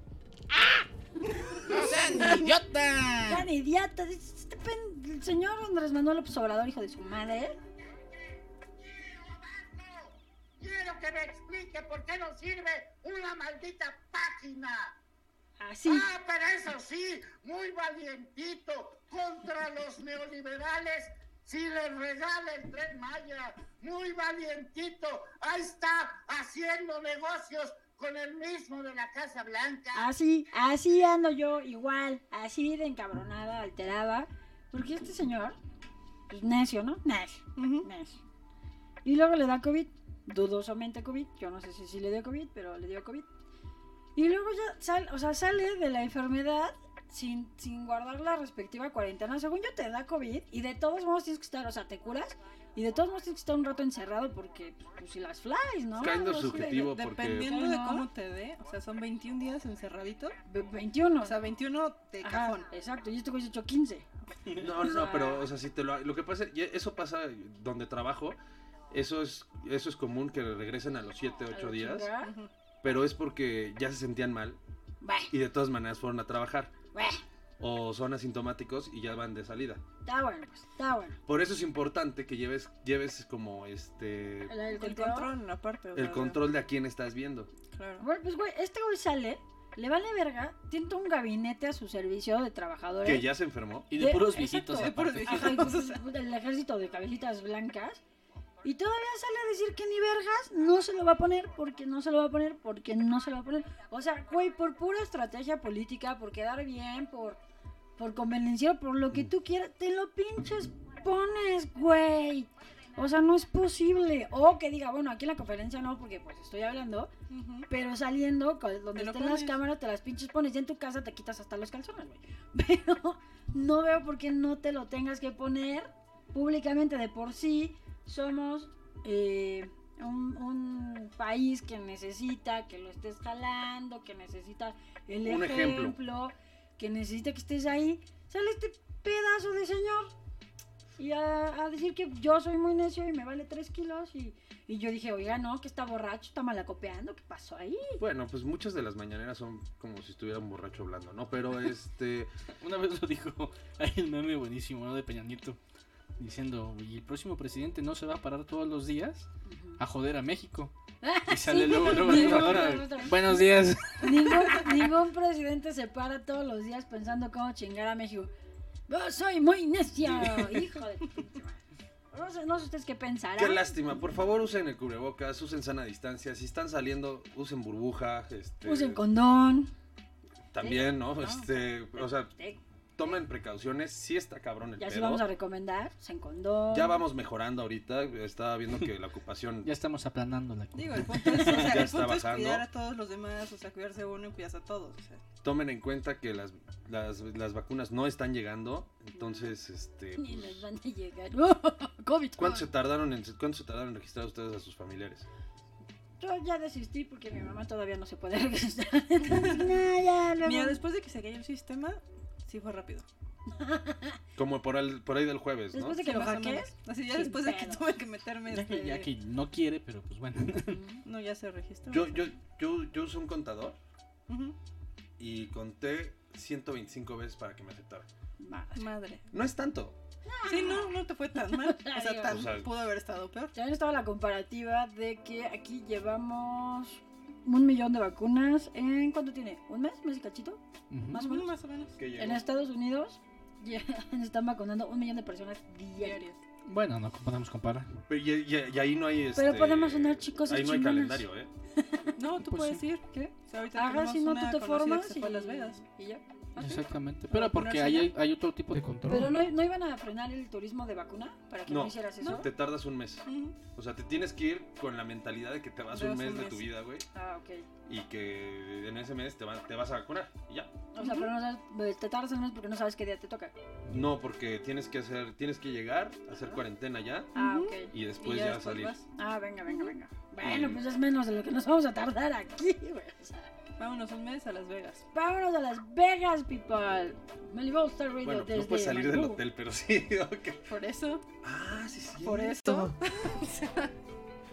¡Ah!
¡No sean idiota!
Tan idiota. dices, este pen- El señor Andrés Manuel López Obrador, hijo de su madre. ¿eh?
Quiero que me explique por qué no sirve una maldita página.
Así.
Ah, pero eso sí, muy valientito contra los neoliberales. Si les regala el tren Maya, muy valientito. Ahí está haciendo negocios con el mismo de la Casa Blanca.
Así, así ando yo, igual, así de encabronada, alterada. Porque este señor, pues necio, ¿no? Necio, necio. Y luego le da COVID, dudosamente COVID. Yo no sé si sí le dio COVID, pero le dio COVID. Y luego ya sal, o sea, sale de la enfermedad sin, sin guardar la respectiva cuarentena. Según yo te da COVID y de todos modos tienes que estar, o sea, te curas y de todos modos tienes que estar un rato encerrado porque, pues si las flies, ¿no?
Kind of
Los-
subjetivo porque-
Dependiendo de
¿no?
cómo te dé, o sea, son 21 días encerradito.
21.
O sea, 21 de
Ajá,
cajón.
exacto, y este güey se echó 15.
No, no, pero, o sea, si te lo, lo que pasa, y eso pasa donde trabajo, eso es, eso es común que regresen a los 7, 8 días,
Ujú.
pero es porque ya se sentían mal
Bueno,
y de todas maneras fueron a trabajar,
bueno,
o son asintomáticos y ya van de salida.
está bueno, pues, está bueno.
Por eso es importante que lleves, lleves como este,
El, el
El
control.
control, aparte. o
el
sea,
control de a quién estás viendo.
Claro.
Bueno, pues güey, este güey sale, le vale verga, tiene todo un gabinete a su servicio de trabajadores.
Que ya se enfermó.
Y de puros
Exacto.
viejitos
¿Eh? De
aparte.
Ajá, y pues, el ejército de cabecitas blancas. Y todavía sale a decir que ni vergas no se lo va a poner porque no se lo va a poner porque no se lo va a poner. O sea, güey, por pura estrategia política, por quedar bien, por, por conveniencia, por lo que tú quieras, te lo pinches pones, güey. O sea, no es posible. O que diga, bueno, aquí en la conferencia no, porque pues estoy hablando,
Ujú.
pero saliendo, con-
Te
donde
lo
estén las
pones.
cámaras, te las pinches pones. Ya en tu casa te quitas hasta los calzones, güey. *laughs* Pero no veo por qué no te lo tengas que poner públicamente. De por sí, somos eh, un, un país que necesita que lo estés jalando, que necesita el
Ah, Un ejemplo.
ejemplo, que necesita que estés ahí. Sale este pedazo de señor y a, a decir que yo soy muy necio y me vale 3 kilos. Y, y yo dije, oiga, no, que está borracho, está malacopeando, ¿qué pasó ahí?
Bueno, pues muchas de las mañaneras son como si estuviera un borracho hablando, ¿no?
*laughs*
Pero este,
Una vez lo dijo, *laughs* hay un meme buenísimo, ¿no? De Peña Nieto. Diciendo, y el próximo presidente no se va a parar todos los días a joder a México. Y sale
Sí,
luego, luego la
ningún-
grabadora. Buenos días.
*laughs*
Ningún, ningún presidente se para todos los días pensando cómo chingar a México. Yo soy muy necio,
*laughs*
hijo de tu pinche madre. no sé, no sé ustedes qué pensarán.
Qué lástima, por favor usen el cubrebocas, usen sana distancia, si están saliendo, usen burbuja, este,
Usen condón.
también, ¿no?
No.
Este, o sea,
Eh,
tomen precauciones, sí está cabrón el
Ya si
pedo.
vamos a recomendar, usen condón.
Ya vamos mejorando ahorita, estaba viendo que la ocupación
Ya estamos aplanando la
Digo, el punto es, o
*laughs*
sea,
Ya
el
está
punto es
bajando.
cuidar a todos los demás, o sea, cuidarse uno y cuidarse a todos. O sea.
tomen en cuenta que las, las, las vacunas no están llegando, entonces este
Ni
pues,
les van a llegar. *laughs* COVID.
¿cuánto se tardaron en cuánto se tardaron en registrar ustedes a sus familiares?
Yo ya desistí porque mi mamá todavía no se puede *laughs* regresar. Entonces, no, ya, luego-
Mira, después de que se cayó el sistema, sí fue rápido.
Como por el, por ahí del jueves, ¿no?
Después de que
Sí,
lo
más o
hackees.
menos. Así ya
Sin
después de que
pedo.
tuve que meterme.
Ya que,
este,
ya que no quiere, pero pues bueno.
No, ya se registró.
Yo yo yo yo uso un contador
Ujú.
y conté 125 veces para que me aceptaran.
Madre.
Madre.
No es tanto.
Sí, no, no te fue tan mal. O sea,
Digo.
tan,
O sea,
pudo haber estado peor.
También estaba la comparativa de que aquí llevamos un millón de vacunas. ¿En cuánto tiene? ¿Un mes? ¿Un mes y cachito?
Ujú.
Más o menos.
Más o menos.
Que llegó.
En Estados Unidos *laughs* ya están vacunando un millón de personas diarias.
Bueno, no podemos comparar.
Pero y, y- y ahí no hay este,
Pero podemos sonar chicos y
Ahí no hay
chingonas.
calendario, ¿eh?
No, tú
Pues
puedes
sí.
ir. ¿Qué? O sea, ahorita
Ajá,
tenemos
si no,
una
tú te
conocida
formas.
que se fue a Las Vegas.
y ya. Ah, sí.
Exactamente.
Para
Pero porque
vacunarse
ahí hay, hay otro tipo de control.
Pero no, no iban a frenar el turismo de vacuna para que no,
No.
hicieras eso.
Te tardas un mes.
Ujú.
O sea, te tienes que ir con la mentalidad de que te vas
Te
un
vas
mes,
un
de
mes.
tu vida, güey,
Ah, ok.
y que en ese mes te, va- te vas a vacunar y ya.
O sea, pero no sabes, te tardas un mes porque no sabes qué día te toca.
No, porque tienes que hacer, tienes que llegar, hacer cuarentena ya
Ah,
Ujú.
ok.
y después
Y
Pues ya,
después
salir.
vas.
Ah, venga, venga,
Ujú.
venga. Bueno, pues es menos de lo que nos vamos a tardar aquí, *laughs* güey. O sea,
Vámonos un mes a Las Vegas.
vámonos a Las Vegas, people. Malibu Star Radio
Bueno, pues
desde
no puedes salir del
Malibu.
hotel, pero sí. *laughs* ok.
Por eso,
Ah, sí, sí.
por eso.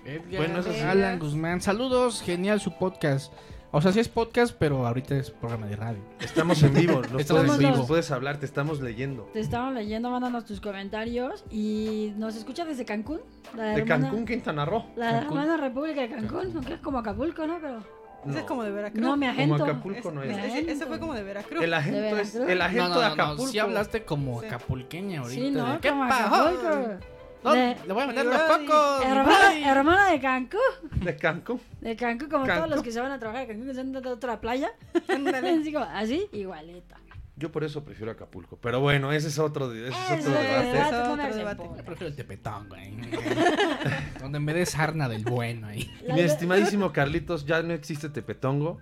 Edgar
Bueno, eso sí.
Allan Guzmán.
Alan Guzmán, saludos, genial su podcast. O sea, sí es podcast, pero ahorita es programa de radio.
Estamos en vivo, no
Estamos en
puedes,
vivo.
no puedes hablar, te estamos leyendo.
Te estamos leyendo, mándanos tus comentarios y nos escucha desde Cancún. La
De
hermana-
Cancún, Quintana Roo.
La hermana República de Cancún, aunque es como Acapulco, ¿no? Pero
Ese es
No.
como de Veracruz.
No, mi
Como
agento.
Acapulco no
Ese-
es.
ese- ese fue como de Veracruz.
El agento
De
es-
Veracruz.
el agente
No, no,
de
no, no,
Acapulco.
sí hablaste como acapulqueña ahorita.
¿eh?
Sí, ¿no?
de, ¿Qué
Como
pa-
Acapulco.
No,
De-
le voy a mandar
Ay,
los cocos.
Hermana,
Ay.
hermana de Cancún.
De Cancún.
De Cancún, como
Cancún.
todos los que se van a trabajar a Cancún, que son de otra playa. *laughs* así, como, así, igualita.
Yo por eso prefiero Acapulco. Pero bueno, ese es otro, ese es
Ese
otro
es
debate.
debate,
Eso,
no me
otro
hagas
debate.
empujo.
Yo prefiero el tepetón, güey. Donde me des sarna del bueno ahí.
Mi
*laughs*
estimadísimo Carlitos, ya no existe Tepetongo,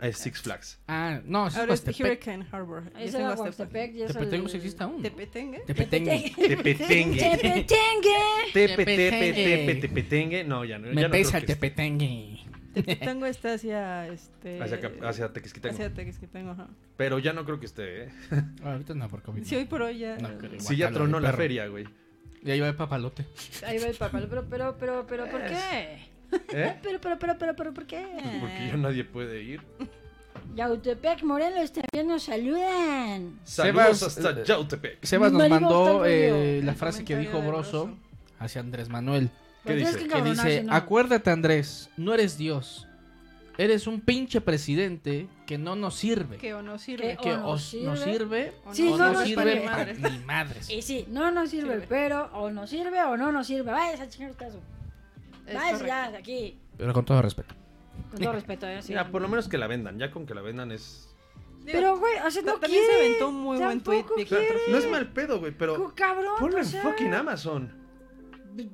es Six Flags.
Ah, no, ese
Ahora
es
es
Huastepec.
Hurricane Harbor.
Ahí
Es
se
en
va
Huastepec.
Huastepec y es
Tepetengo
el-
sí existe aún.
Tepetengue.
*laughs*
*laughs*
Tepetengue.
Tepetengue.
Tepetengue.
Tepe, tepe, tepe, tepetengue. No, ya no.
Me
ya no
pesa
creo
el
que
tepetengue.
Tepetengo está hacia este.
Hacia Acap- hacia Tequisquiatengo.
Hacia Tequisquiatengo, ajá.
esté. Pero ya no creo que esté, ¿eh?
Ah, ahorita no, por COVID.
Si hoy por hoy ya.
No, creo.
Sí, ya
Guácala,
tronó
de
la
perro.
feria, güey.
Y ahí va el papalote.
*laughs* Ahí va el papá. Pero, pero, pero, pero, ¿por qué?
¿Eh?
Pero, pero, pero, pero, pero, ¿por qué?
Porque ya nadie puede ir.
Yautepec, Morelos también nos saludan.
Saludos
Sebas-
hasta Yautepec.
Sebas nos
Malibón
mandó
está el
eh,
video.
la frase que dijo Broso hacia Andrés Manuel.
Pues
¿Qué
es
dice?
que
Que
cabronazo,
dice,
¿no?
acuérdate Andrés, no eres Dios. Eres un pinche presidente que no nos sirve.
Que o no sirve.
Que
que
o nos
os- nos
sirve,
sirve
o
o
Sí, no
no,
nos
sirve
sirve.
para ni madres.
Y sí, no nos sirve,
Sirve.
pero o nos sirve o no nos sirve. Vaya a chingar caso.
Es
Vaya ya
correcto.
de aquí.
Pero con todo respeto.
Con todo respeto, ¿eh? Sí.
Mira, por lo menos que la vendan. Ya con que la vendan es.
Pero, güey, o sea,
Ta-
no
también se
quiere.
aventó un muy buen
Tampoco
tuit de-
O sea,
quiere.
no es mal pedo, güey, pero.
Cu- Cabrón,
Ponlo
o
en
sea,
fucking Amazon.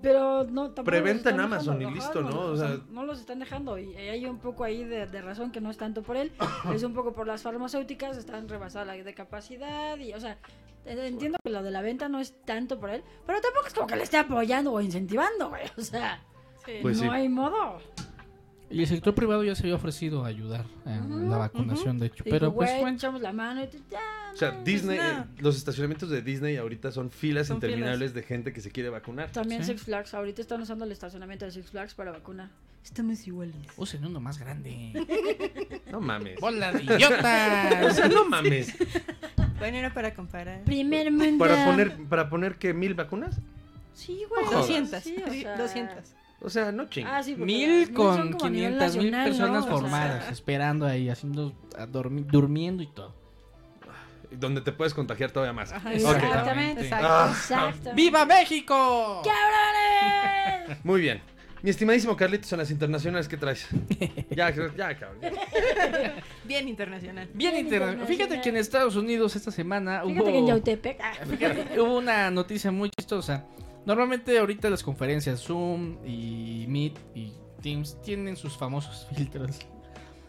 Pero no, tampoco.
Preventa
los
en
están
Amazon
dejando,
y
ajá,
listo, ¿no?
los-
O sea-
no los están dejando. Y hay un poco ahí de, de razón que no es
*coughs*
tanto por él. es un poco por las farmacéuticas, están rebasadas la- de capacidad. Y, o sea, eh, entiendo que lo de la venta no es tanto por él. Pero tampoco es como que le esté apoyando o incentivando, güey. O sea,
Sí.
Pues
no
sí.
hay modo.
Y el sector privado ya se había ofrecido a ayudar en la vacunación, de hecho. Pero
Digo,
pues
güey,
bueno.
echamos la mano y tú, ya.
O
pues,
sea,
pues
Disney,
no.
eh, los estacionamientos de Disney ahorita son filas
Son
interminables de gente que se quiere vacunar.
También
Sí.
Six Flags. Ahorita están usando el estacionamiento de Six Flags para vacunar. Estamos iguales.
Usen uno más grande. *laughs*
No mames. O
¡Bola de
*laughs*
idiotas!
sea, no mames.
Bueno, era para comparar.
Primer mundo.
Para poner, para poner que mil vacunas.
Sí, güey.
200.
sí, o
sí,
sea.
200.
O sea, no chingues.
Ah, sí, porque las
Mil
mil son
con
como a nivel
500 mil
nacional,
personas
¿no? O sea,
formadas, esperando ahí, haciendo, a dormi- durmiendo y todo.
Donde te puedes contagiar todavía más.
Ajá,
Ok.
exacto.
Exactamente.
Exacto.
Ah.
Exacto.
¡Viva México!
*laughs*
¡Cabrones!
Muy bien. Mi estimadísimo Carlitos, en las internacionales que
*laughs*
traes. Ya, ya, cabrón.
Bien internacional.
Bien
Bien internacional.
internacional.
Fíjate que en Estados Unidos esta semana
Fíjate
hubo...
que en Yautepec. ah,
Fíjate, Hubo una noticia muy chistosa. Normalmente ahorita las conferencias Zoom y Meet y Teams tienen sus famosos *laughs* filtros.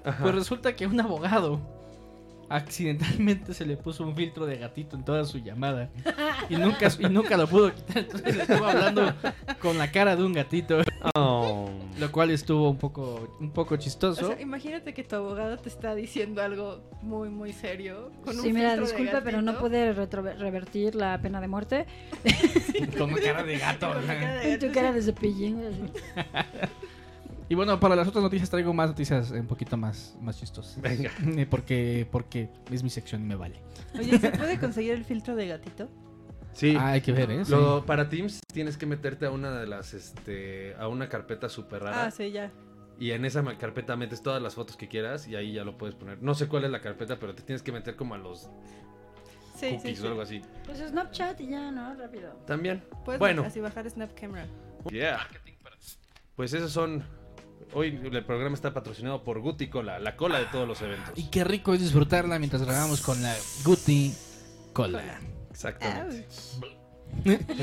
Ajá.
Pues resulta que un abogado accidentalmente se le puso un filtro de gatito en toda su llamada y nunca, y nunca lo pudo quitar. Entonces estuvo hablando con la cara de un gatito,
Oh.
lo cual estuvo un poco, un poco
O
chistoso.
sea, imagínate que tu abogado te está diciendo algo muy, muy serio. Con un
Sí, mira,
filtro de
disculpa, pero no
gatito.
pude retrover- revertir la pena de muerte.
Con la cara de gato.
Con la cara de
Y
gato,
tu cara de cepillín. güey, así.
Y bueno, para las otras noticias traigo más noticias eh, un poquito más, más chistosas.
Venga.
*laughs* Eh, Porque, porque es mi sección y me vale.
sí. Oye, ¿se puede conseguir el filtro de gatito?
Sí.
Ah, hay que ver, ¿eh? Sí.
Lo- para Teams tienes que meterte a una de las, este, a una carpeta súper rara.
Ah, sí, ya.
Y en esa ma- carpeta metes todas las fotos que quieras y ahí ya lo puedes poner. No sé cuál es la carpeta, pero te tienes que meter como a los
Sí, sí,
cookies
sí.
o algo así.
Pues Snapchat y ya, ¿no? Rápido.
También.
Puedes
Bueno.
así bajar Snap Camera.
Yeah. Pues esos son. Hoy el programa está patrocinado por Guti Cola, la cola de todos los eventos.
Y qué rico es disfrutarla mientras grabamos con la Guti
*laughs*
Cola.
Exactamente.
Ouch.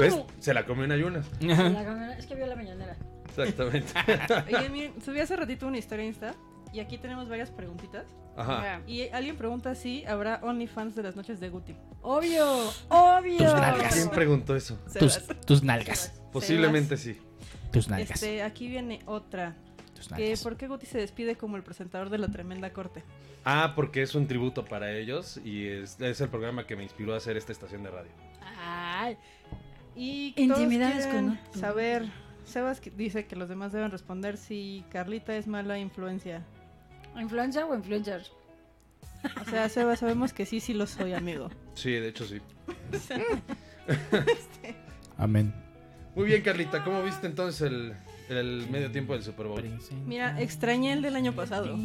¿Ves? Se la comió en ayunas.
La cámara- es que vio la mañanera.
Exactamente.
Oye, miren, subí hace ratito una historia a Insta y aquí tenemos varias preguntitas.
Ajá.
Y alguien pregunta si habrá OnlyFans de las noches de Guti.
Obvio, obvio.
Tus nalgas.
¿Quién preguntó eso?
Tus,
Sebas.
tus nalgas.
Posiblemente sí.
Tus
Sebas.
nalgas.
Este, aquí viene otra.
Tus
Que,
nalgas.
¿Por qué Guti se despide como el presentador de la tremenda corte?
Ah, porque es un tributo para ellos y es, es el programa que me inspiró a hacer esta estación de radio.
Ay,
Y que todos
Intimidades
quieran
con otro.
saber Sebas que- dice que los demás deben responder si Carlita es mala influencia.
¿Influencer o influencer?
O sea, Sebas, sabemos que sí, sí lo soy, amigo.
Sí, de hecho sí.
Amén.
Muy bien, Carlita. ¿Cómo viste entonces el, el medio tiempo del Super Bowl?
Mira, *laughs* extrañé el del año pasado.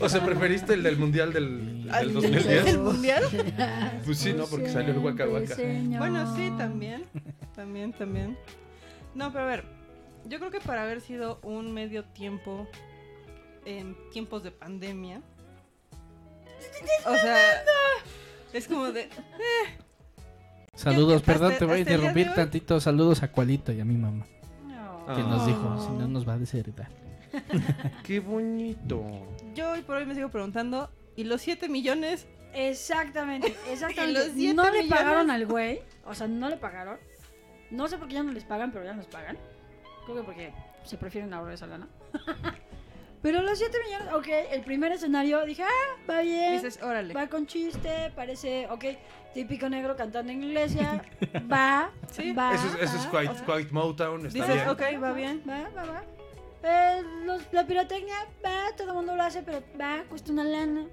O sea, ¿preferiste el del Mundial del, del
¿Al-
2010?
¿El mundial?
Pues sí, ¿no? Porque salió el Waka Waka.
Bueno, sí, también. También, también. No, pero a ver. Yo creo que para haber sido un medio tiempo en tiempos de pandemia. O sea, es como de. eh,
*laughs* Saludos,
Hasta-
perdón, te
hasta el ¿Este
voy a
día
interrumpir
de hoy.
tantito. Saludos a Cualito y a mi mamá.
Ah.
Que nos dijo,
Oh.
si no nos va a desheredar.
Qué bonito.
Yo hoy por hoy me sigo preguntando. ¿Y los 7 millones?
Exactamente,
*laughs*
exactamente.
Y los siete
no le
millones.
pagaron al güey, o sea, no le pagaron. No sé por qué ya no les pagan, pero ya nos pagan. Creo que porque se prefieren ahorrar esa lana. *laughs* pero los 7 millones, ok, el primer escenario dije, ah, va bien.
Dices, órale.
Va con chiste, parece, ok, típico negro cantando en
*laughs*
iglesia. va, va.
Eso, es- eso es
va.
Quiet, Quiet Motown. Está
Dices,
bien.
ok, va bien.
Va, va, va. Eh, los- la pirotecnia, va, todo el mundo lo hace, pero va, cuesta una lana.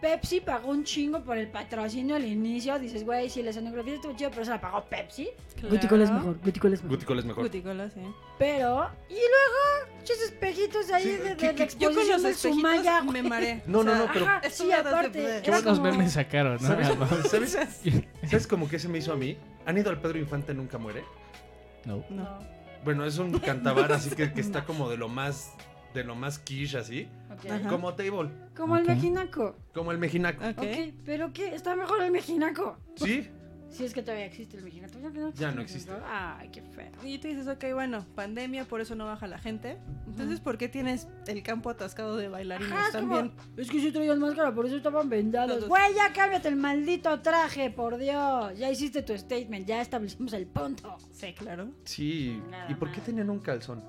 Pepsi pagó un chingo por el patrocinio al inicio. Dices, güey, si la escenografía estuvo chido, pero se la pagó Pepsi.
Guticol es mejor,
Guticol es
Guticol es mejor.
Guticola, sí.
Pero, y luego, muchos espejitos ahí
Sí,
de, de
¿qué-
la
qué- yo con los
exposición de su
espejitos
malla.
me mareé.
No, no, no, pero-
Ajá, sí, aparte.
Qué
era
buenos
como-
memes sacaron, ¿no?
¿Sabes,
Vamos.
¿sabes,
*laughs*
¿Sabes como que se me hizo a mí? ¿Han ido al Pedro Infante Nunca Muere?
No.
No.
Bueno, es un cantabar así que, que está como de lo más de lo más quiche así.
Ok. Ajá.
Como table.
Como el mejinaco.
Como el mejinaco.
Ok, pero ¿qué? Está mejor el mejinaco.
¿Sí?
Si es que todavía existe el mejinaco. Ya, que no
Ya no
el
existe.
mejinaco. Ay, qué feo.
Y tú dices, ok, bueno, pandemia, por eso no baja la gente. Entonces, ¿por qué tienes el campo atascado de bailarines
Ajá, es como,
también?
es que sí traían máscara, por eso estaban vendados.
Todos.
Güey, ya cámbiate el maldito traje, por Dios. Ya hiciste tu statement, ya establecimos el punto.
Sí, claro.
Sí.
Nada
¿Y por qué tenían un calzón?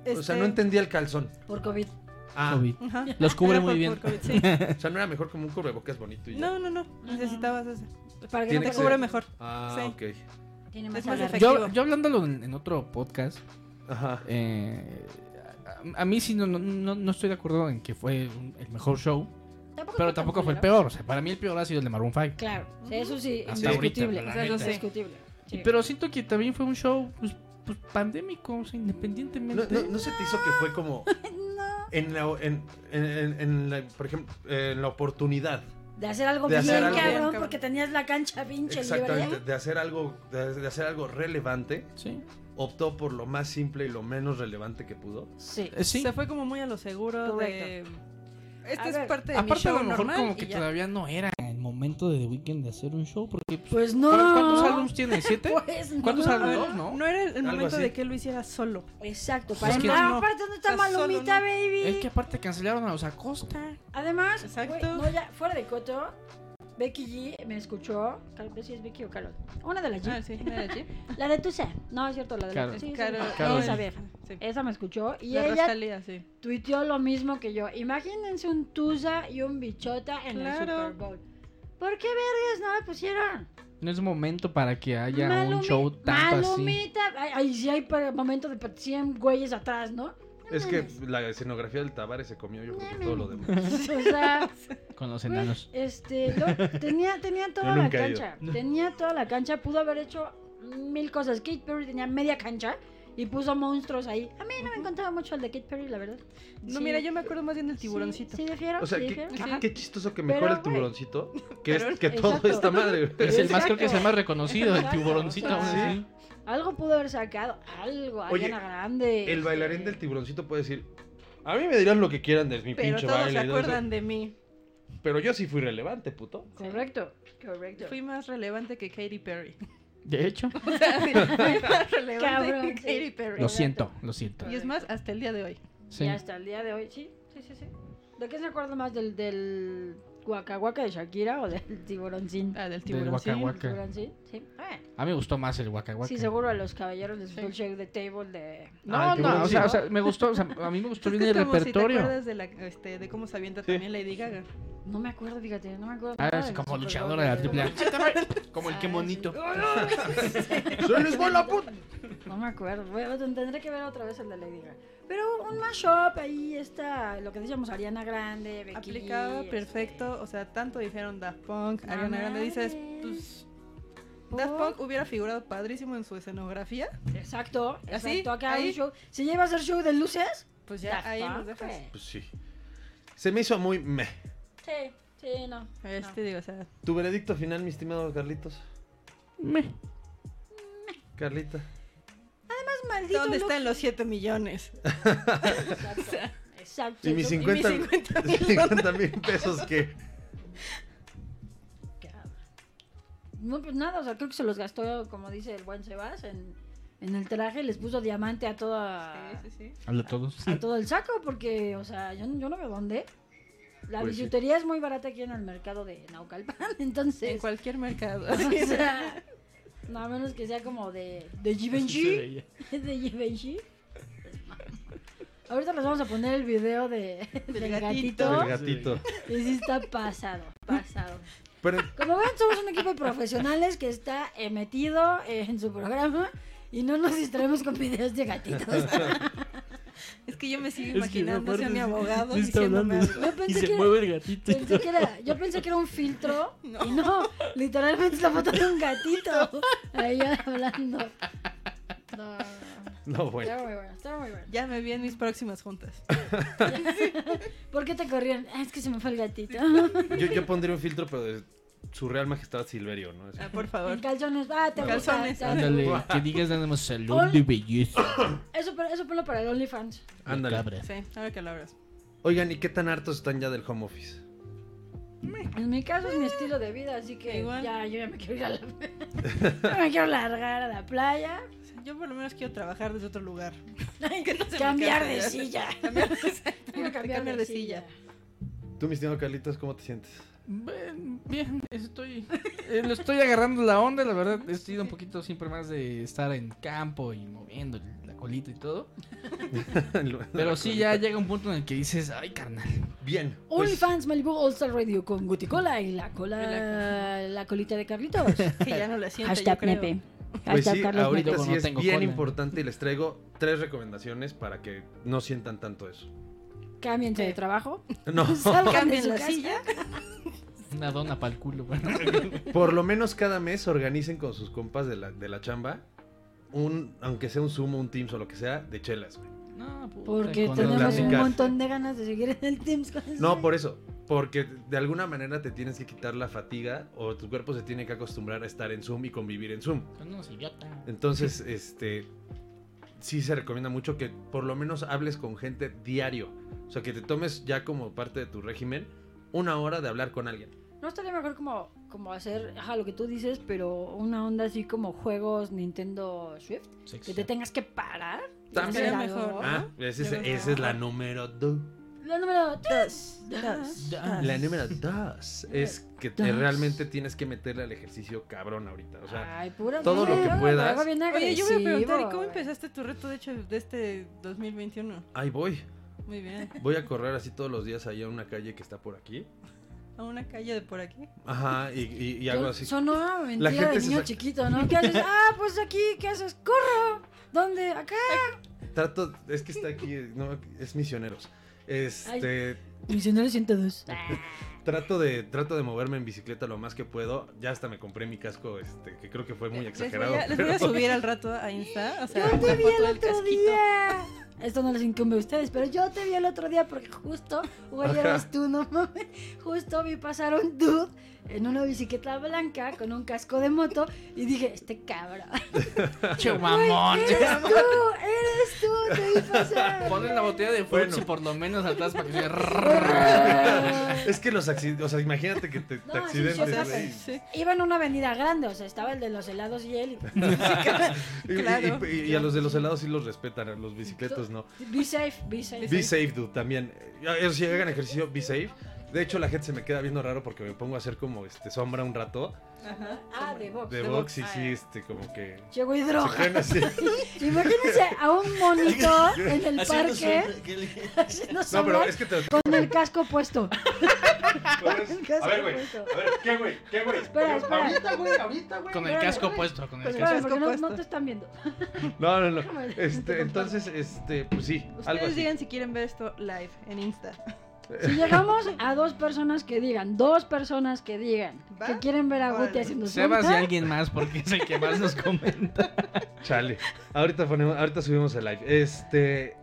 O
Este,
sea, no entendía el calzón.
Por COVID.
Ah.
COVID. Ajá. Los cubre
Era
muy
por-
bien.
por COVID, sí.
O sea, no era mejor como un cubrebocas bonito y ya.
No, no, no. Necesitabas ese.
Para
Tiene
te
ser-
cubre mejor.
Ah,
Sí.
ok.
Tiene
Es más efectivo.
Yo, yo hablándolo en, en otro podcast, eh, a, a mí sí no, no, no- no estoy de acuerdo en que fue un- el mejor show, pero tampoco fue el peor. O sea, para mí el peor ha sido el de Maroon 5.
Claro, sí, eso sí,
Hasta ahorita,
indiscutible.
la
o sea,
neta.
indiscutible.
Y- Pero siento que también fue un show pues, pues, pandémico, o sea,
¿No,
independientemente.
no, no se te hizo que fue como... En la, en, en, en- en la- por ejemplo, en la oportunidad.
De hacer algo
De
bien,
hacer algo
cabrón,
bien, cabrón.
porque tenías la cancha pinche
Exactamente,
libre.
de hacer algo, de, de hacer algo relevante.
Sí.
Optó por lo más simple y lo menos relevante que pudo.
Sí.
Eh,
Se fue como muy a lo seguro de...
Correcto.
Esta
A
es
ver,
parte de mi
Aparte, a
show
lo mejor
normal
como
y
que
ya.
todavía no era el momento de The Weeknd de hacer un show, porque... Pues,
no.
¿cu- ¿Cuántos álbumes tiene?
*laughs*
¿Siete?
Pues no.
¿Cuántos álbumes?
A ver,
Dos, ¿no?
No era el
Algo
momento
así.
de que él lo hiciera solo.
Exacto.
para- Es que
Ah,
no.
aparte, ¿dónde está
Está solo,
Malomita,
¿no?
baby?
Es que aparte cancelaron a los Acosta.
Además,
Exacto.
güey, no, ya, fuera de coto, Becky G me escuchó. Cal- No sé si es Becky o Carol. Una de las G.
Ah, sí, una de las G.
la de Tusa. No, es cierto, la de
Carol.
la sí, sí,
Carol.
no,
Carol.
Esa vieja.
Sí.
Esa me escuchó. Y
La
ella
Rosalía, sí.
tuiteó lo mismo que yo. Imagínense un Tusa y un Bichota en
Claro.
el Super Bowl. ¿Por qué vergas no le pusieron?
No es momento para que haya un
Malumi-
show tanto así.
Malumita. Ay, ay, sí hay para momento de 100 güeyes atrás, ¿no? *laughs* No
Es que
mames.
la escenografía del Tabares se comió yo creo que todo lo demás.
O sea,
Con los *laughs* enanos.
Este, lo- tenía, tenía toda
Yo
la
nunca he
cancha.
ido.
Tenía toda la cancha. Pudo haber hecho mil cosas. Kate Perry tenía media cancha y puso monstruos ahí. A mí no me encantaba mucho el de Kate Perry, la verdad.
No, mira, yo me acuerdo más bien del tiburoncito.
Sí, defiero.
O sea,
sí
qué,
difiero,
qué-
ajá.
qué chistoso que
Pero,
mejor el
güey.
tiburoncito que, es, que
Exacto.
todo esta madre.
Pues
Es el más, creo que es el más
Exacto.
reconocido, el
Exacto,
tiburoncito.
o sea,
aún así.
Algo pudo haber sacado. Algo.
Oye,
Ariana Grande.
El bailarín del tiburoncito puede decir, a mí me dirán lo que quieran de mi
Pero
pinche
todos se
baile. y todo eso,
acuerdan de mí.
Pero yo sí fui relevante, puto.
Correcto, correcto.
Fui más relevante que Katy
*laughs*
Perry.
De hecho,
O sea, sí, fui más relevante
*laughs*
Cabrón,
que
sí.
Katy Perry.
lo siento, lo siento.
Y es más, hasta el día de hoy.
Sí.
Y hasta el día de hoy, sí. Sí, sí, sí. ¿De qué se acuerda más? ¿Del, del Waka Waka de Shakira o del tiburoncín?
Ah, del
tiburoncín. Waka Waka.
tiburoncín, sí. Ah,
A mí me gustó más el Waka Waka.
Sí, seguro a los caballeros les gustó el shake de table de.
No,
Ah, el
no, o sea,
tiburoncito.
o sea, me gustó, o sea, a mí me
*laughs*
gustó
Es
bien
que es
el
como Si te
repertorio.
acuerdas de, la, este, de cómo se avienta también Lady Gaga.
No me acuerdo, fíjate, no me acuerdo.
Ah,
nada
es
del
como
Super
*laughs* luchadora de la
Bowl.
*laughs*
triple Como el que monito.
¡Se les va la puta!
No me acuerdo. Bueno, tendré que ver otra vez el de Lady Gaga. Pero un mashup ahí está lo que decíamos, Ariana Grande, Becky G,
Aplicado,
este,
perfecto. O sea, tanto dijeron Daft Punk,
No
Ariana Grande. Dices,
mames.
pues. Daft
¿Por?
Punk hubiera figurado padrísimo en su escenografía.
este, Exacto,
Así,
exacto, acá
¿Ah, ahí.
un show. Si ya iba a hacer show de luces,
Pues ya,
Daft
ahí
Punk,
nos dejas.
güey.
Pues sí. Se me hizo muy meh.
Sí, sí, no.
Este, digo, o sea,
¿Tu veredicto final, mi estimado Carlitos?
Meh.
Carlita.
Además, maldito.
¿dónde
look-
están los 7 millones?
Exacto. exacto.
Y mis 50
Y mis
*laughs*
50 mil
50 mil pesos que...
No, pues nada, o sea, creo que se los gastó, como dice el buen Sebas, en, en el traje, les puso diamante a toda.
Habla todos.
A todo el saco, porque, o sea, yo, yo no veo dónde. La
Pues sí.
bisutería es muy barata aquí en el mercado de Naucalpan, *laughs* entonces.
En cualquier mercado.
O
*laughs*
sea, no, a menos que sea como de, de Givenchy. *laughs* De Givenchy.
*laughs*
Ahorita les vamos a poner el video de, *laughs* del, gatito.
El gatito.
Y sí está pasado, pasado.
Pero
Como ven, somos un equipo de profesionales que está eh, metido eh, en su programa y no nos distraemos con videos de gatitos.
es que yo me sigo
Es que
imaginando a
aparte
mi
sí-
abogado
sí está
diciéndome
hablando.
algo.
Yo pensé Y se que- mueve
el gatito.
Pensé
*laughs*
que era, yo pensé que era un filtro y no, literalmente es la foto de un gatito ahí hablando. No,
No,
Está
bueno.
muy bueno, está muy bueno.
Ya me vi en mis próximas juntas.
¿Por qué te corrieron? Ah, es que se me fue el gatito.
Yo, yo pondría un filtro, pero de su real majestad Silverio, ¿no? Así.
Ah, por
En calzones, ah, te gusta,
Calzones.
te-
*laughs* Ándale, Eh, que digas nada más salón de belleza.
Eso, pon- eso ponlo para el OnlyFans.
Ándale.
Sí, ahora que lo abras.
Oigan, ¿y qué tan hartos están ya del home office?
En mi caso es mi estilo de vida, así que ya, yo ya me quiero ir a la... *laughs* ya me quiero largar a la playa.
Yo por lo menos quiero trabajar desde otro
*laughs*
lugar.
Cambiar de silla.
Cambiar de *laughs* silla.
Quiero
Cambiar de silla.
Tú, mi estimado Carlitos, ¿cómo te sientes?
Bien, bien, estoy. eh, lo estoy agarrando la onda, la verdad. He sido un poquito siempre más de estar en campo y moviendo la colita y todo. Pero sí, ya llega un punto en el que dices, ay, carnal.
Bien.
Pues
Pues,
OnlyFans Malibu All Star Radio con Guticola y la cola, la colita
*laughs*
de Carlitos.
Que ya no la siento.
Hashtag nepe.
Pues
Hashtag
sí,
Carlos
ahorita
Nepe.
sí es bien
cola.
importante y les traigo tres recomendaciones para que no sientan tanto eso.
Cámbiense de
*laughs*
trabajo. *laughs*
No.
Salgan de
Cambien
su
la
casa.
silla.
Una dona para el
*laughs*
culo, bueno.
Por lo menos cada mes organicen con sus compas de la, de la chamba un, aunque sea un Zoom, un Teams o lo que sea, de chelas, güey.
No, puta,
Porque
Con
tenemos un
platicar.
montón de ganas de seguir en el Teams con
No, por eso. Porque de alguna manera te tienes que quitar la fatiga o tu cuerpo se tiene que acostumbrar a estar en Zoom y convivir en Zoom.
Son unos idiotas.
Entonces, este sí se recomienda mucho que por lo menos hables con gente diario. O sea, que te tomes ya como parte de tu régimen una hora de hablar con alguien.
¿No estaría mejor como, como hacer ajá, lo que tú dices, pero una onda así como juegos Nintendo Swift?
Sexy.
Que te tengas que parar.
También.
Hacer
Estaría
algo.
mejor.
Ah, esa es, esa es la número dos.
La número dos.
Dos.
La número dos es que te-
Dos.
realmente tienes que meterle al ejercicio cabrón ahorita. O sea,
Ay, pura
todo lo
madre,
que
luego-
puedas.
luego viene
Oye, yo voy a preguntar, ¿y cómo
agresivo.
empezaste tu reto, de hecho, de este 2021?
ahí voy.
Muy bien.
Voy a correr así todos los días allá a una calle que está por aquí.
A una calle de por aquí.
Ajá, y, y- y hago así.
Sonó a mentira
gente
de
se
niño
saca-
chiquito, ¿no? ¿Qué
*laughs*
haces? Ah, pues aquí, ¿qué haces? ¡Corro! ¿Dónde? ¿Acá?
Trato, es que está aquí, no, es misioneros. Este,
Misionero 102.
*laughs* Trato de, trato de moverme en bicicleta lo más que puedo. Ya hasta me compré mi casco, este, que creo que fue muy
Les
exagerado.
voy, a, les voy a
pero-
subir al rato a Insta. O sea,
Yo te
una
vi
foto
el
del
otro
casquito.
día. Esto no les incumbe a ustedes, pero yo te vi el otro día porque justo, güey,
Ajá.
eres tú, no mames. Justo vi pasar un dude en una bicicleta blanca con un casco de moto y dije, este
*laughs*
cabrón.
Che, mamón.
¡Eres tú! ¡Eres tú! Te vi
*laughs*
pasar.
Ponle la botella de Fruitsy
Bueno.
por lo menos atrás para que
*laughs*
se *laughs*
es que los accidentes, o sea, imagínate que te, te
No, sí,
accidentes.
sí, o sea,
güey.
Sí.
*laughs* Iba en una avenida grande, o sea, estaba el de los helados y él. y-
Y- y-
claro.
y, y a los de los helados sí los respetan, a los bicicletos no.
Be safe, be safe.
Be safe, dude, también. Eh, Eso sí, hagan ejercicio, be safe. De hecho, la gente se me queda viendo raro porque me pongo a hacer como este sombra un rato
Ajá.
Ah, de box.
de
De
box y
box.
sí, este, como que.
Llegó y
se
droga.
quedan así.
Imagínense a un monito en el parque
que le-
haciendo
No, pero
sombras
es que te,
con el casco puesto.
A ver, güey. A ver, ¿qué, güey? ¿Qué, güey?
Espera, espera.
Ahorita, güey, ahorita, güey.
Con el casco puesto, con el
Espérame,
casco
porque no-
puesto.
No te están viendo.
No, no, no.
Déjame-
Este, entonces, este, pues sí, algo
Ustedes
así.
digan si quieren ver esto live en Insta.
Si llegamos a dos personas que digan, dos personas que digan, que quieren ver a Guti haciendo su
Sebas
ruta,
y
Alguien más, porque es el que más nos comenta.
Chale. Ahorita ponemos, ahorita subimos el live. Este.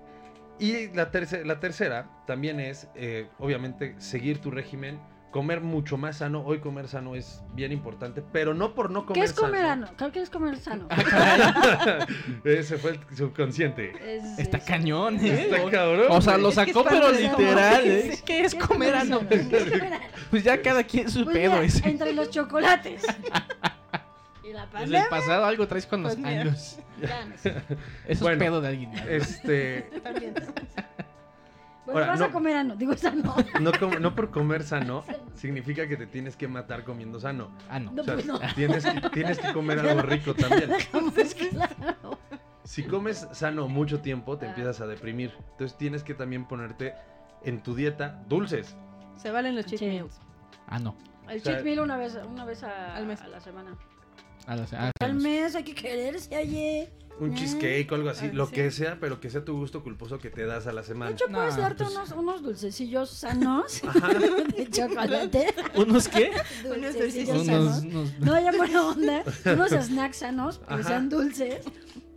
Y la, terce- la tercera también es, eh, obviamente, seguir tu régimen, comer mucho más sano. Hoy comer sano es bien importante, pero no por no
¿Qué
comer
es comer
sano.
sano? Creo que es comer sano.
Ah,
*laughs* Ese fue el subconsciente.
Es-
Está cañón, ¿eh?
Está cabrón.
O sea, lo
güey.
sacó, pero literal, ¿eh?
¿Qué es
comer ano? Pues ya cada quien su
Pues
pedo.
mira,
ese.
entre los chocolates. y la
Desde
pandemia.
el pasado algo traes con los
Pues mira.
*laughs* años.
Ya no sé.
Eso
Bueno,
es pedo de alguien.
Este.
También. Bueno,
Ahora,
vas a
no-
comer ano, digo sano.
No, com- no por comer sano significa que te tienes que matar comiendo sano.
Ah, no.
O sea,
No, pues no.
tienes, que, tienes que comer algo rico también.
Dejamos claro.
Si comes sano mucho tiempo, te
Ah.
empiezas a deprimir. Entonces tienes que también ponerte en tu dieta dulces.
Se valen los cheat meals.
Ah, no.
O
El
sea,
cheat meal una vez, una vez a, a la semana.
Ah, no, ah,
Al mes hay que quererse, ayer.
Un cheesecake o algo así,
Ah,
lo
sí.
que sea, pero que sea tu gusto culposo que te das a la semana.
De hecho, puedes darte unos, unos
*laughs*
dulcecillos sanos de chocolate.
¿Unos qué?
Unos
dulcecillos
dulcecillos
sanos.
sanos.
Unos-
No, ya buena onda. Unos snacks sanos, pero
Ajá.
sean dulces.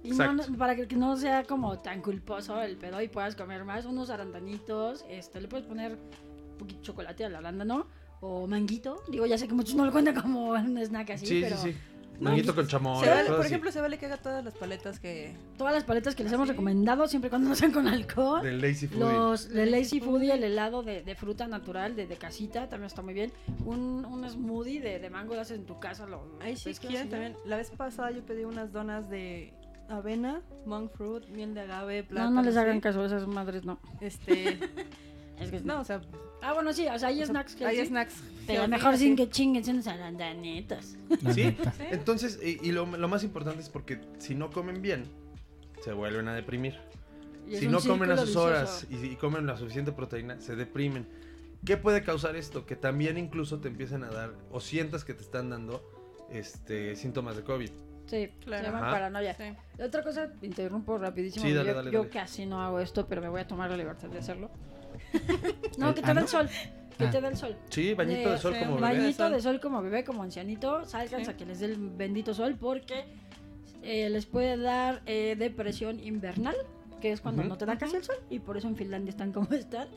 Y no,
Exacto.
no- para que no sea como tan culposo el pedo y puedas comer más. Unos arandanitos. Este, le puedes poner un poquito de chocolate al arándano. O manguito. Digo, ya sé que muchos no lo cuentan como un snack así,
sí,
pero.
sí, sí.
No,
Manguito
pues,
con chamón.
se vale,
cosas
por
así.
ejemplo,
Se vale que haga todas las paletas que.
Todas las paletas que les hemos recomendado, siempre y cuando no sean con alcohol.
Del lazy foodie.
Los el Lazy Foodie, el helado de, de fruta natural, de, de casita, también está muy bien. Un, un smoothie de, de mango lo haces en tu casa. Lo,
Ahí sí
pescas
quieren
y-
también. La vez pasada yo pedí unas donas de avena, monk fruit, miel de agave,
No,
plátano.
no les hagan
sí.
caso, esas madres no.
Este.
*laughs* Es que-
¿eh? No, o sea.
Ah, bueno, sí, o sea, hay
o sea,
snacks que
Hay
sí,
snacks.
Pero
healthy,
mejor sin
así.
que chinguen, sin arandanitas.
¿Sí?
¿eh?
Entonces, y, y lo, lo más importante es porque si no comen bien, se vuelven a deprimir.
Y es
Si
un
no comen a sus
círculo
horas y, y comen la suficiente proteína, se deprimen. ¿Qué puede causar esto? Que también incluso te empiecen a dar o sientas que te están dando este, síntomas de COVID.
Sí,
Claro.
se llaman
Ajá.
paranoia. Otra cosa, te interrumpo rapidísimo.
Sí,
porque
dale,
yo,
dale,
yo
dale.
casi no hago esto, pero me voy a tomar la libertad de hacerlo. *laughs* no,
¿El
que te da
ano?
el sol. Que
Eh, Ah.
te da el sol.
Sí, bañito de sol como bebé.
Bañito de sol como bebé, como ancianito. Salgan a que les dé el bendito sol porque eh, les puede dar eh, depresión invernal, que es cuando
Ujú.
no te da casi el sol y por eso en Finlandia están como *laughs* están.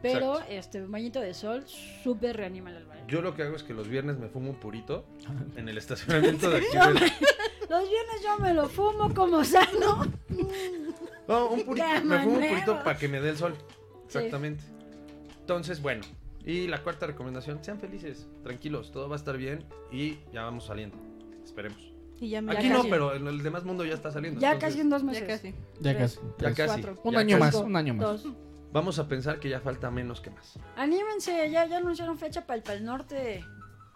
Pero
Exacto.
este bañito de sol súper reanima el ¿eh? alma.
Yo lo que hago es que los viernes me fumo un purito en el estacionamiento de aquí.
Yo
del-
Los viernes yo me lo fumo como *laughs* sano.
No, un purito.
Qué
Me fumo un
manera.
purito para que me dé el sol. Exactamente. Entonces, bueno. Y la cuarta recomendación, sean felices, tranquilos, todo va a estar bien y ya vamos saliendo. Esperemos.
Y ya me-
Aquí
ya
no,
casi.
pero en el demás mundo ya está saliendo.
Ya
entonces,
casi en dos meses.
Ya
Tres,
casi.
Ya
Tres,
casi.
cuatro.
ya
Un año
casi.
más, un año más.
Dos.
Vamos a pensar que ya falta menos que más.
Anímense, ya, ya anunciaron fecha para el Pal Norte.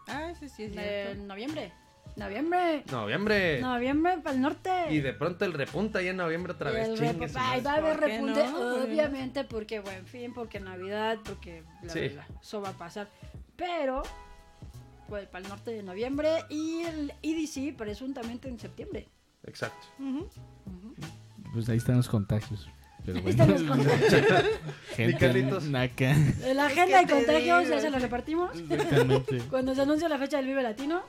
Ah, sí, sí, es
De noviembre. Noviembre.
Noviembre.
Noviembre para el norte.
Y de pronto el repunta ya en noviembre otra vez.
El
chingue
repu-
su
Ay,
madre.
va a haber
¿Por qué
repunte,
no?
obviamente, porque buen fin, porque Navidad, porque bla,
Sí.
bla, bla. Eso va a pasar. Pero, pues, para el norte de noviembre y el
E
EDC presuntamente en septiembre.
Exacto.
Pues ahí están los contagios. Pero
Ahí
bueno.
están los contagios.
Gente
Mi Carlitos.
naca.
La agenda de
te
contagios
digo,
ya se la repartimos.
Exactamente.
*laughs* Cuando se anuncia la fecha del Vive Latino,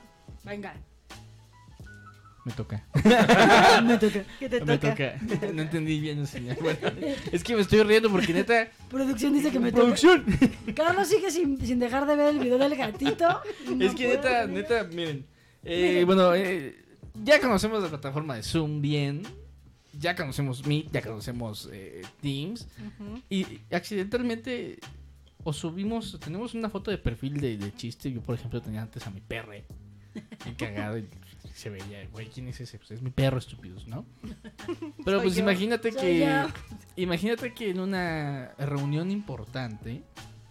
venga.
Me toca.
Me toca. ¿Qué te
Me
toca?
toca. No entendí bien el señal. Bueno, es que me estoy riendo porque *laughs* neta.
Producción dice que me toca.
Producción.
Carlos sigue sin, sin dejar de ver el video del
*laughs*
gatito. No
es que
puedo
neta,
con ello.
neta, miren. eh, bueno, eh, ya conocemos la plataforma de Zoom bien. Ya conocemos Meet, ya conocemos eh, Teams. Y accidentalmente o subimos, tenemos una foto de perfil de, de chiste. Yo, por ejemplo, tenía antes a mi perro. bien cagado y se veía, güey, ¿quién es ese? Pues es mi perro, estúpidos, ¿no? Pero
Soy
pues
yo.
imagínate
Soy
que.
yo.
Imagínate que en una reunión importante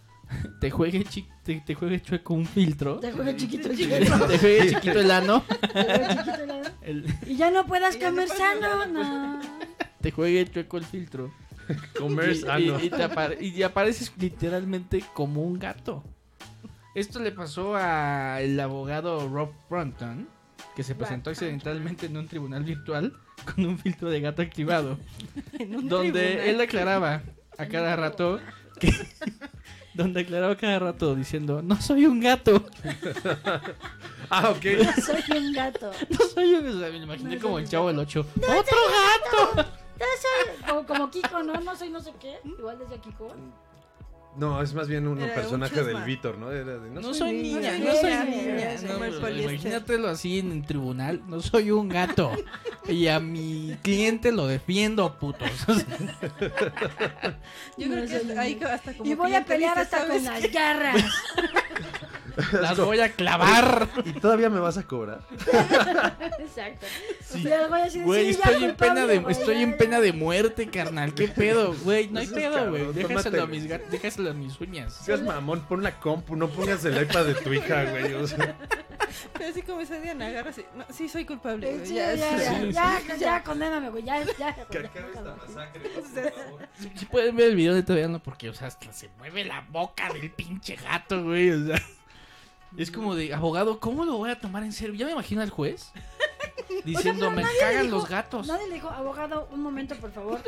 *laughs* te juegue, chi- te, te juegue chueco un filtro.
Te juega chiquito el chiquito.
*laughs* Te juegue chiquito el ano.
Te juega chiquito el ano.
El-
Y ya no puedas comer sano. No.
te juegue chueco el filtro.
Comer
Y- y-
sano.
Y, te apare- y apareces literalmente como un gato. Esto le pasó al abogado Rob Brompton, que se presentó accidentalmente en un tribunal virtual con un filtro de gato activado,
En un
donde
tribunal.
él aclaraba a cada rato que... *laughs* Donde aclaraba cada rato diciendo, no soy un gato. *laughs*
ah, ok.
No soy un gato.
No soy un gato. Me imaginé como el chavo del 8.
¡Otro gato! No soy- Como, como Kiko, ¿no? No soy no sé qué. Igual decía Kiko.
No, es más bien un
Era un
personaje
chusma.
del Víctor, ¿no? Era de,
No soy niña, no
niña,
soy
niña,
niña.
soy
No,
muy
pero
poliéster.
Imagínatelo así en el tribunal. No soy un gato. Y a mi cliente lo defiendo, putos.
Yo creo que hasta- ahí hasta como
Y voy a
cliente
pelear
dices,
hasta
"¿Sabes
con las
qué?".
garras.
Las voy a clavar.
¿Y todavía me vas a cobrar?
*laughs* Exacto.
Sí.
Y les voy a decir,
Güey,
"Sí, ya,
estoy en
culpable,
pena de
güey,
estoy
ya,
en
ya".
pena de muerte, carnal. ¿Qué pedo, güey? No hay
Eso es
pedo,
cabrón,
güey. Déjaselo a
tómatelo.
mis ga- déjaselo a mis uñas.
*laughs* Seas mamón, pon la compu, no pongas el iPad de tu hija, güey. o sea.
Pero así como esa Diana, agarra así. "No, sí, soy culpable.
Eh,
güey,
sí, ya, ya,
sí,
ya,
sí,
ya,
sí,
ya,
ya".
condéname, güey, ya, ya.
Que acabe esta masacre, por favor.
Si pueden ver el video de todavía no porque o sea, hasta se mueve la boca del pinche gato, güey, o sea. Es como de abogado, ¿cómo lo voy a tomar en serio? Ya me imagino
*laughs*
al juez diciendo,
Oye, pero
"Me
nadie le
cagan
dijo-
los gatos."
Nadie le dijo, abogado, un momento, por favor.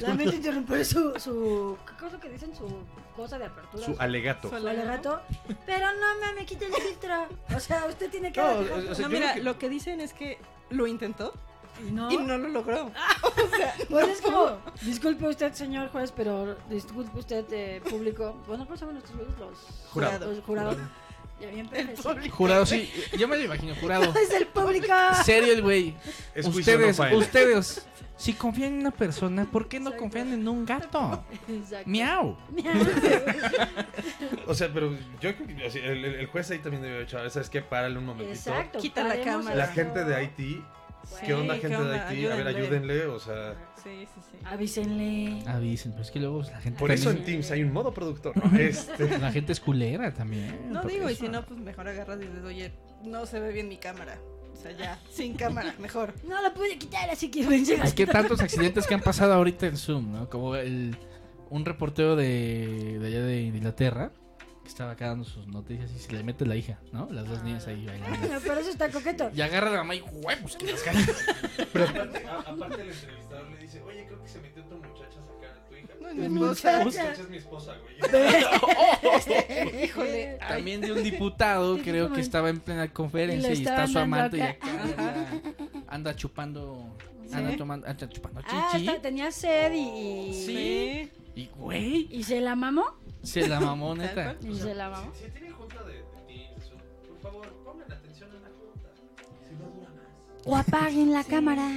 Lamento interrumpir su, su. ¿Qué es lo que dicen? Su cosa de apertura.
Su alegato.
Su alegato. Pero no me, me quite el filtro. O sea, usted tiene que.
No, eh,
dejar-
o- o sea, No, yo mira, creo que- lo que dicen es que lo intentó
y no. Ah,
y no lo logró.
Pues es como, disculpe usted, señor juez, pero disculpe usted, eh, público. Bueno, ¿cómo se llaman estos jueces? Los
Jurado.
Los jurados.
Jurado.
Ya bien perfecto.
Jurado, sí, yo me lo imagino, jurado.
*laughs* Es el público.
Serio el güey.
Es juicio
Ustedes,
no file.
ustedes, si confían en una persona, ¿por qué no confían en un gato?
Exacto.
Miau.
O sea, pero yo creo que o sea, el, el- el juez ahí también debió haber hecho, ¿sabes qué? Párale un momentito.
Exacto.
Quita la
paremos
cámara.
La
esto.
gente de Haití,
Sí,
¿qué onda gente
¿qué
de
onda?
Haití? A ver,
Ayúdenle.
ayúdenle, o sea...
Sí, sí, sí.
Ah, Avísenle.
Avisen, pero es que luego la gente
Por eso en
también-
Teams hay un modo productor. ¿no? Este... *laughs*
la gente es culera también.
No
porque
digo, y
eso-
si no, pues mejor agarras y dices, oye, no se ve bien mi cámara. O sea, ya,
*laughs*
sin cámara, mejor.
No la pude quitar, así que *laughs* ven, llega.
Es que tantos accidentes que han pasado ahorita en Zoom, ¿no? Como el, un reportero de, de allá de Inglaterra que estaba acá dando sus noticias y se le mete la hija, ¿no? Las dos niñas ahí bailando.
Pero eso está coqueto.
Y agarra a la mamá y huevos que
*laughs*
las cae.
*laughs* Pero aparte, a- aparte el entrevistador le dice, oye, creo que se metió tu muchacha a sacar a tu hija.
No, es mi esposa.
Muchacha es mi Pues, esposa,
*laughs*
güey.
*laughs* Híjole.
También de un diputado,
Sí,
creo que
como-
estaba en plena conferencia
y lo
y está
estaban
su amante y
dando
acá anda, anda chupando,
Sí.
anda tomando, anda chupando
Ah,
chichi.
hasta tenía sed y. y-
Sí. Y güey,
¿Y se la mamó?
se la mamó neta.
¿Y se la mamó?
Si tienen junta de, de Teams, o- por favor, pongan atención en la junta. Si no dura más.
O apaguen la cámara.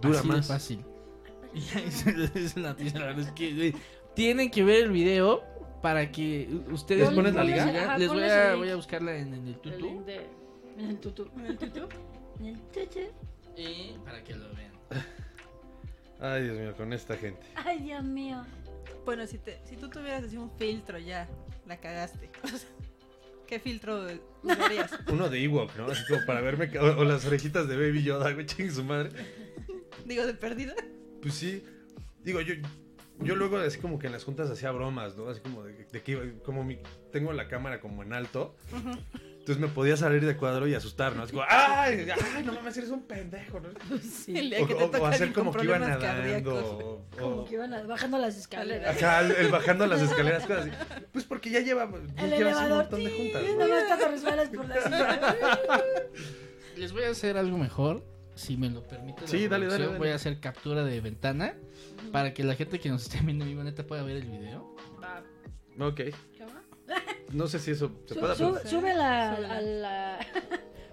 Dura
Así de
más.
fácil. *laughs* Y ahí se les dice la tía, la verdad es que, güey, tienen que ver el video para que u- ustedes
¿Les pones la liga?
Ajá,
Les voy
ponles el
a,
link.
voy a buscarla en, en el
El
tutu
link de- En el tutú. En el tutú. En el tutú.
y para que lo vean.
Ay, Dios mío, con esta gente.
Ay, Dios mío.
Bueno, si, te, si tú tuvieras así un filtro ya, la cagaste. *laughs* O sea, ¿Qué filtro
*laughs*
usarías?
Uno de Ewok, ¿no? Así como para verme... ca- O, o las orejitas de Baby Yoda, güey, chingue su madre.
Digo, de perdida.
Pues sí. Digo, yo, yo luego así como que en las juntas hacía bromas, ¿no? Así como de, de que iba, como mi- tengo la cámara como en alto. Entonces me podía salir de cuadro y asustar, ¿no? Así como, ¡ay! ¡Ay, no mames, eres un pendejo! ¿no?
El día
O,
que te
o- o
toca
hacer
alguien con
como que iba
problemas cardíacos.
nadando. o-
Como que iban a- bajando las escaleras.
Ajá, el, el bajando las escaleras, cosas así. Pues porque ya lleva ya llevas
El
un
elevador.
montón de juntas.
Sí,
¿no?
nomás cuando resbalas por la silla.
Les voy a hacer algo mejor, si me lo permite. la
Sí, dale, dale,
producción.
dale.
Voy a hacer captura de ventana para que la gente que nos esté viendo en vivo neta pueda ver el video.
Va,
Ok.
¿qué va?
No sé si eso *laughs* se
Su-
puede
su-
hacer.
súbela
Súbela.
*laughs*
a la.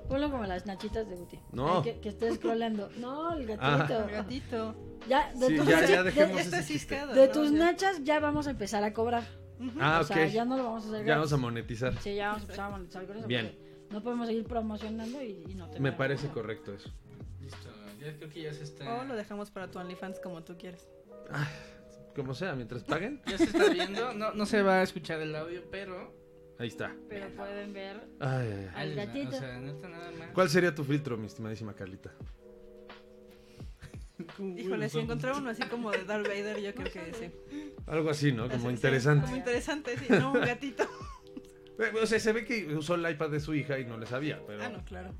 Ponlo como las nachitas de Guti.
No.
Ay, Que, que esté scrollando. No, el
El
gatito.
gatito.
Ya, de,
Ah, Sí,
tus,
ya, ya
de-
dejemos
Está
ese chiste.
ciscado.
de
¿no?
tus
Ya.
nachas ya vamos a empezar a cobrar.
Ujú.
Ah,
o
ok.
sea, ya no lo vamos a hacer
Ya
gratis.
vamos a monetizar.
Sí, ya vamos a empezar a monetizar con eso.
Bien.
porque No podemos seguir promocionando y, y no tener-
Me parece correcto eso.
Listo, ya creo que ya se está.
O Oh, lo dejamos para tu OnlyFans como tú quieres.
Como sea, mientras paguen,
Ya se está viendo, no, no se va a escuchar el audio, pero.
ahí está.
Pero pueden ver.
Ay, ay, ay.
Al
Ahí les va,
gatito.
O sea, neta nada más.
¿Cuál sería tu filtro, mi estimadísima Carlita?
Híjole, si encontré uno así como de Darth Vader, yo creo que sí.
Algo así, ¿no?
Así,
Como
sí,
interesante. *laughs*
Como interesante, sí. No, un gatito.
Eh, O sea, se ve que usó el iPad de su hija y no le sabía, pero.
Ah, no, claro.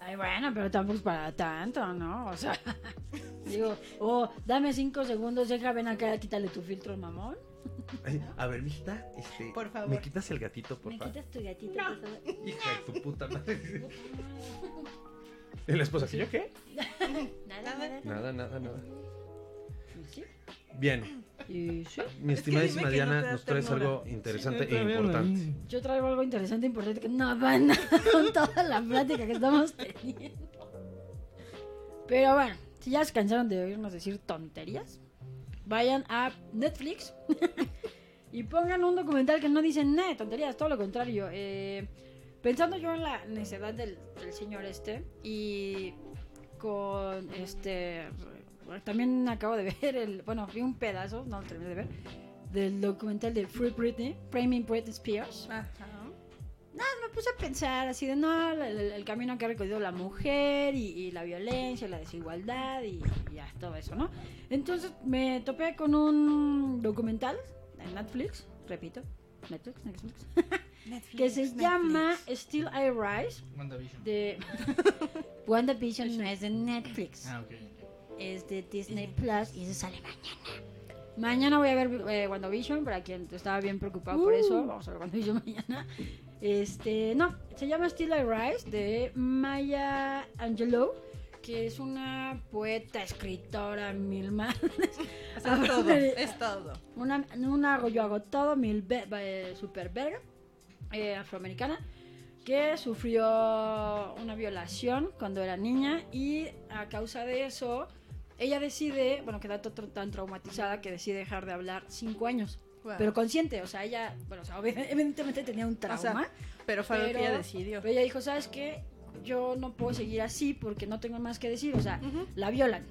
Ay, bueno, pero tampoco es para tanto, ¿no? O sea, *laughs* digo, oh, dame cinco segundos, deja, ven acá, quítale tu filtro, mamón.
Ay, A ver, mijita, este.
Por favor.
¿Me quitas el gatito, por
Me
favor?
quitas tu gatito. por favor?
Hija de tu puta madre. *laughs* ¿Y la esposa? ¿Y yo qué?
Nada, nada.
Nada, nada, nada.
¿Sí?
Bien,
¿Y sí?
mi estimadísima
dime que no
Diana,
te das
nos traes
ternura.
algo interesante
Sí, no te
e
veo,
importante.
Yo traigo algo interesante, importante, que no van *laughs* con toda la plática que estamos teniendo. Pero bueno, si ya se cansaron de oírnos decir tonterías, vayan a Netflix y pongan un documental que no dice nada de tonterías, todo lo contrario. Eh, pensando yo en la necedad del, del señor este y con este... También acabo de *laughs* ver el... Bueno, vi un pedazo, no lo terminé de ver, del documental de Free Britney, Framing Britney Spears.
Ah,
Nada, me puse a pensar así de no, el, el- el camino que ha recorrido la mujer y, y la violencia, la desigualdad y, y ya todo eso, ¿no? Entonces me topé con un documental en Netflix, repito, Netflix, Netflix, *laughs* que se llama Still I Rise
WandaVision. *laughs*
de WandaVision no es de Netflix.
Ah, ok.
Es de Disney Plus y se sale mañana. Mañana voy a ver eh, WandaVision, para quien estaba bien preocupado por
Uh.
eso. Vamos a ver WandaVision *laughs* mañana. Este, no, se llama Still I Rise de Maya Angelou, que es una poeta, escritora, mil madres.
O sea, es
Ahora
todo,
me-
es todo.
una, una yo hago todo, mil ve- eh, super verga, eh, afroamericana, que sufrió una violación cuando era niña y a causa de eso, ella decide, bueno, queda to- to- tan traumatizada que decide dejar de hablar cinco años.
Wow.
Pero consciente, o sea, ella, bueno, o sea, obvi- evidentemente tenía un
sea,
trauma.
pero fue algo que ella decidió.
Pero ella dijo, ¿sabes qué? Yo no puedo seguir así porque no tengo más que decir, o sea, la violan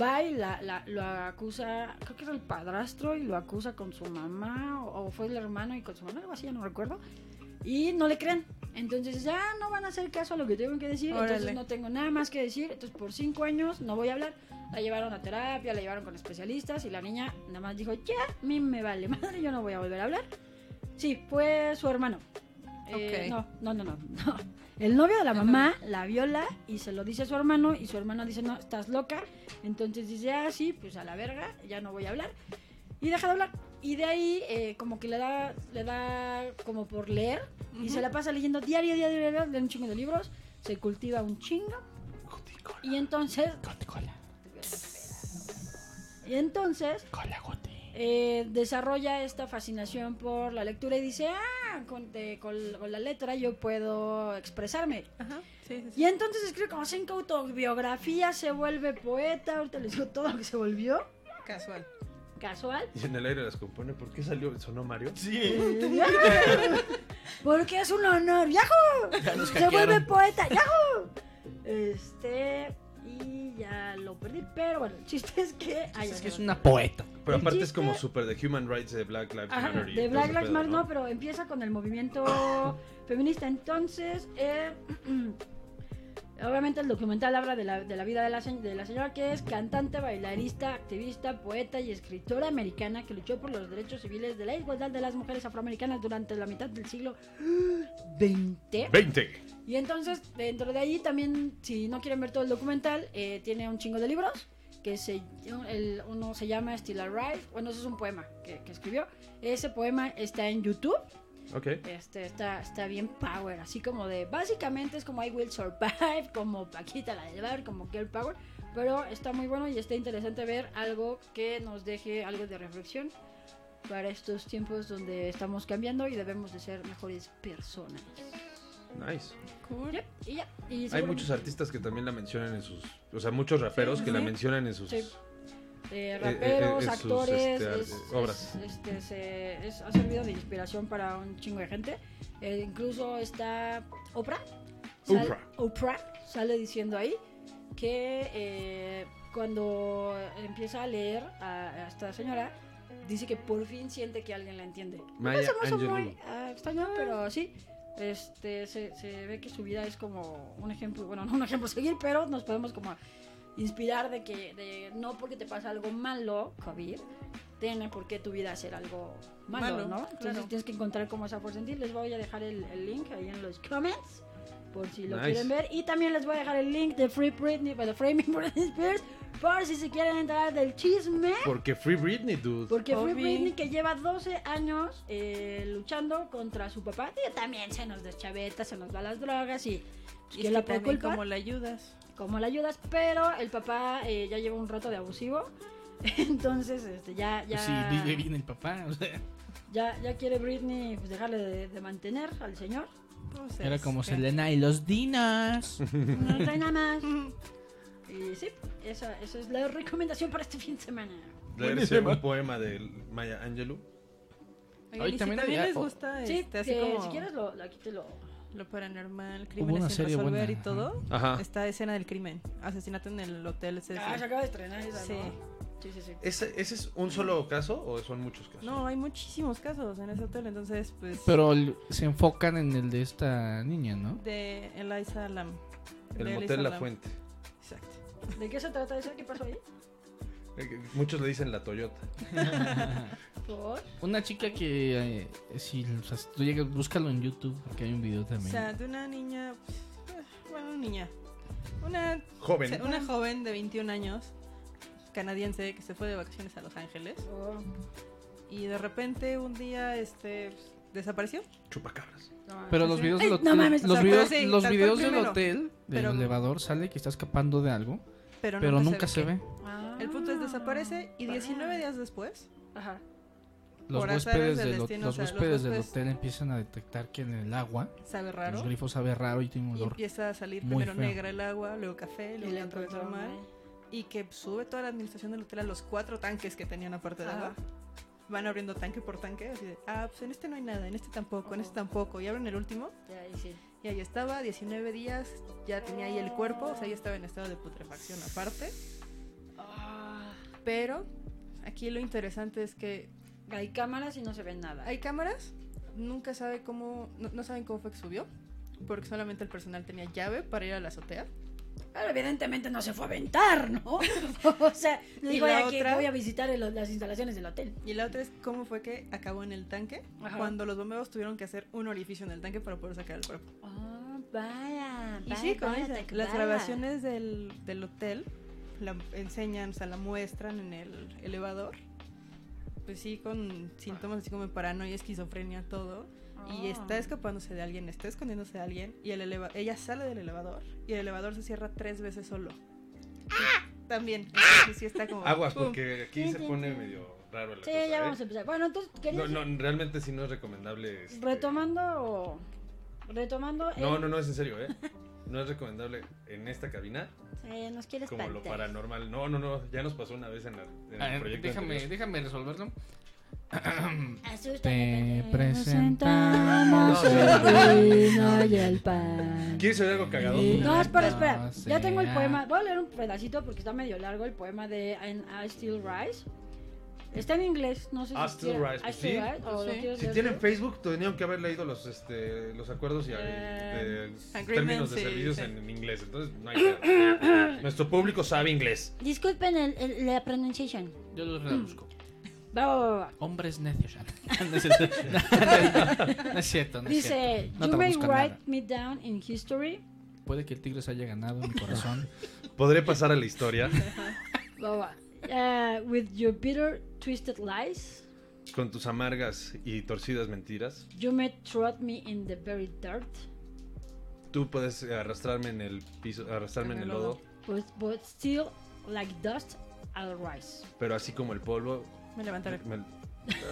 va y la, la- lo acusa, creo que era el padrastro y lo acusa con su mamá, o, o fue el hermano y con su mamá, algo así, ya no recuerdo. Y no le creen. Entonces ya no van a hacer caso a lo que tengo que decir,
Órale.
entonces no tengo nada más que decir, entonces por cinco años no voy a hablar. La llevaron a terapia, la llevaron con especialistas y la niña nada más dijo, ya, a mí me vale madre, yo no voy a volver a hablar. Sí, fue su hermano. Eh,
Ok.
no, no, no, no, no. El novio de la mamá la viola y se lo dice a su hermano y su hermano dice, no, estás loca. Entonces dice, ah, sí, pues a la verga, ya no voy a hablar. Y deja de hablar. Y de ahí eh, como que le da, le da como por leer y se la pasa leyendo diario, diario, diario, lee un chingo de libros, se cultiva un chingo. Y entonces... Y entonces... eh, desarrolla esta fascinación por la lectura y dice, ah, con, de- con, con la letra yo puedo expresarme. Y entonces escribe como cinco autobiografías, se vuelve poeta, ahorita les digo todo lo que se volvió.
Casual.
Casual.
Y en el aire las compone. ¿Por qué salió? ¿Sonó Mario?
Sí. Porque es un honor.
Ya
¡Yahoo!
nos
Se
hackearon.
vuelve poeta. ¡Yahoo! Este. Y ya lo perdí. Pero bueno, el chiste es que. ay,
Es
ya
que
no.
es una poeta. Pero
El
aparte es
chiste-
como super de Human Rights de Black Lives
Ajá,
Matter. y
de
todo
Black
ese
Lives
pedo,
Matter, no, pero empieza con
*coughs*
el movimiento feminista. Entonces, eh, *clears throat* obviamente el documental habla de la, de la vida de la, se- de la señora que es cantante, bailarista, activista, poeta y escritora americana que luchó por los derechos civiles de la igualdad de las mujeres afroamericanas durante la mitad del siglo XX.
20.
Y entonces, dentro de ahí también, si no quieren ver todo el documental, eh, tiene un chingo de libros. Que se, el- uno se llama Still Alive. Bueno, ese es un poema que, que escribió. Ese poema está en YouTube.
Ok.
Este, está, está bien power. Así como de. Básicamente es como I Will Survive. *laughs* Como Paquita la del bar. Como Girl Power. Pero está muy bueno y está interesante ver algo que nos deje algo de reflexión para estos tiempos donde estamos cambiando y debemos de ser mejores personas.
Nice.
Yep, y ya, y
Hay
seguramente-
muchos artistas que también la mencionan en sus. O sea, muchos raperos
Sí,
que
sí.
la mencionan en sus.
Sí. Eh,
eh,
raperos,
eh, sus,
actores,
este, ar-
es-
eh,
es-
obras.
este, se- es- ha servido de inspiración para un chingo de gente. Eh, incluso está Oprah.
Oprah.
Oprah sale diciendo ahí que eh, cuando empieza a leer a, a esta señora, dice que por fin siente que alguien la entiende.
Maya
Eso no es
Angelou.
muy ah, extraño, pero sí. Este, se, se ve que su vida es como un ejemplo, bueno, no un ejemplo a seguir, pero nos podemos como
inspirar de que de, no porque te pasa algo malo, COVID, tiene por qué tu vida ser algo malo,
Malo,
¿no? Entonces
claro.
tienes que encontrar cómo esa fuerza en ti. Les voy a dejar el, el link ahí en los comments por si lo
Nice.
quieren ver. Y también les voy a dejar el link de Free Britney, de Framing *laughs* Britney Spears, por si se quieren enterar del chisme.
Porque Free Britney, dude.
Porque Free
Obi.
Britney, que lleva 12 años eh, luchando contra su papá, y también se nos deschaveta, se nos va las drogas y...
Y
¿quién
es que
la puede
también
culpar?
como la ayudas.
como la ayudas, pero el papá eh, ya lleva un rato de abusivo. *laughs* Entonces, este, ya, ya,
Pues sí, vive bien el papá. O sea,
ya, ya quiere Britney pues, dejarle de, de mantener al señor.
era como Selena y los Dinas.
*laughs* No trae nada más. *laughs* Y sí, esa, esa es la recomendación para este fin de semana.
Leerse un poema de Maya Angelou.
Oigan, y si también les gusta
Sí,
este, así
que
como
si quieres lo, lo- aquí te lo...
lo paranormal,
una
crímenes sin
serie
resolver
buena,
y todo.
ajá. Ajá.
Esta escena del crimen, asesinato en el hotel Cecil.
Ah, se acaba de estrenar esa,
Sí.
¿no? Sí, sí, sí.
¿Ese, ¿Ese es un solo caso o son muchos casos?
No, hay muchísimos casos en ese hotel, entonces pues
Pero el- se enfocan en el de esta niña, ¿no?
de Eliza Lam.
El
De
motel
Eliza
La
Lam.
Fuente.
Exacto.
¿De qué se trata eso? ¿Qué pasó ahí?
Eh, que Muchos le dicen la Toyota.
¿Por?
Una chica que, eh, si o sea, si tú llegas, búscalo en YouTube, porque hay un video
O
también.
sea, de una niña, pues, bueno, niña. Una
Joven.
Pues,
se- Una joven de 21 años, canadiense, que se fue de vacaciones a Los Ángeles.
Oh.
Y de repente un día este pues, desapareció.
Chupacabras.
pero los videos del
Ay,
hotel,
no mames, o
los
sea,
videos,
pero sí,
los
tal cual
videos del
primero.
hotel, del
Pero-
elevador, sale que está escapando de algo, pero,
Pero
nunca se ve.
Ah. El punto es desaparece
Ah.
y 19 días después,
Los
por azares
huéspedes,
del
del, hot-
destino,
los
o sea, los
huéspedes del
huéspedes-
hotel empiezan a detectar que en el agua
Sabe raro.
los grifos sabe raro y tiene un
y
olor.
empieza a salir
muy
primero
feo.
negra el agua, luego café, luego
le
otra vez
encontraron
normal.
ahí.
Y que sube toda la administración del hotel a los cuatro tanques que tenían aparte de
Ajá.
agua. Van abriendo tanque por tanque, así de, ah, pues en este no hay nada, en este tampoco, en este tampoco. Y abren el último.
Ahí sí.
Y ahí estaba, 19 días, ya tenía ahí el cuerpo, o sea, ya estaba en estado de putrefacción aparte. Ah. Pero aquí lo interesante es que
Hay cámaras y no se ve nada.
hay cámaras, nunca sabe cómo, no, no saben cómo fue que subió, porque solamente el personal tenía llave para ir a la azotea.
Pero evidentemente no se fue a aventar, ¿no? *laughs* o *laughs* sea,
Y
digo,
la
ya que
otra-
voy a visitar el- las instalaciones del hotel.
Y la otra es cómo fue que acabó en el tanque,
Ajá.
cuando los bomberos tuvieron que hacer un orificio en el tanque para poder sacar el cuerpo.
Ah, vaya,
Y
vaya,
sí, como
vaya,
dicen,
te-
las
vaya.
grabaciones del, del hotel la enseñan, o sea, la muestran en el elevador. Pues sí, con síntomas así como de paranoia, esquizofrenia, todo. Y
Ah.
está escapándose de alguien, está escondiéndose de alguien. Y el eleva- ella sale del elevador. Y el elevador se cierra tres veces solo. Y También. entonces sí está como.
Aguas,
¡pum!
porque aquí se pone medio raro la
Sí,
cosa,
ya
¿eh?
vamos a empezar. Bueno, entonces,
No,
¿querías-
no, realmente sí no es recomendable. este,
retomando. Retomando.
No,
el-
no, no, es en serio, ¿eh? No es recomendable en esta cabina
Eh, nos quieres
como lo paranormal. No, no, no, ya nos pasó una vez en, la- en
Ah,
el proyecto.
déjame-
déjame resolverlo.
Te
presentamos
presentamos
el vino y el pan.
¿Quieres oír algo cagado?
No, espera, espera. Ya tengo el
sea.
poema. Voy a leer un pedacito porque está medio largo el poema de And I Still Rise. Está en inglés, no sé si.
I Still
quiera-
Rise,
I
pues
Still
sí.
Rise, o lo quieres
Si
leer
tienen
tú.
Facebook, tenían que haber leído los, este, los acuerdos y eh,
agreements,
términos de
sí,
servicios
sí.
en, en inglés. Entonces, no hay pedo. Nuestro público sabe inglés.
Disculpen el- el- la pronunciación.
Yo los reduzco.
Va, va, va, va.
Hombres necios. *laughs* no es cierto, no, no es cierto. no es
Dice:
cierto. No
You
te
may
reduzco
write
nada.
me down in history.
Puede que el tigre se haya ganado mi corazón.
Podré pasar a la historia
Va, va. Eh, with your bitter, twisted lies.
con tus amargas y torcidas mentiras.
You may trot me in the very dirt,
Tú puedes arrastrarme en el piso, arrastrarme en el lodo,
but, but still, like dust, I'll rise.
pero así como el polvo.
Me levantaré.
me-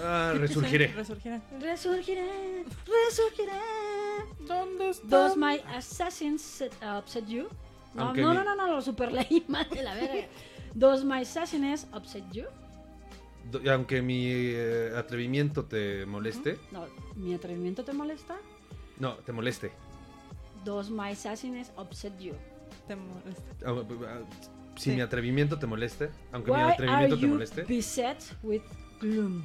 ah, *laughs* resurgiré.
Resurgiré.
Resurgiré, resurgiré.
¿Dónde
Does my assassin set, upset you? No,
Aunque
no,
mi-
no, no, no, lo superleí *laughs* mal de la verga. Does my sassiness upset you?
Do- y Aunque mi eh, atrevimiento te moleste,
No, ¿mi atrevimiento te molesta?
no, te moleste.
Does my sassiness upset you?
Te molesta.
Ah, ah, ah, Si
Sí.
mi atrevimiento te moleste, aunque mi
Why are
atrevimiento te
you
moleste.
beset with gloom?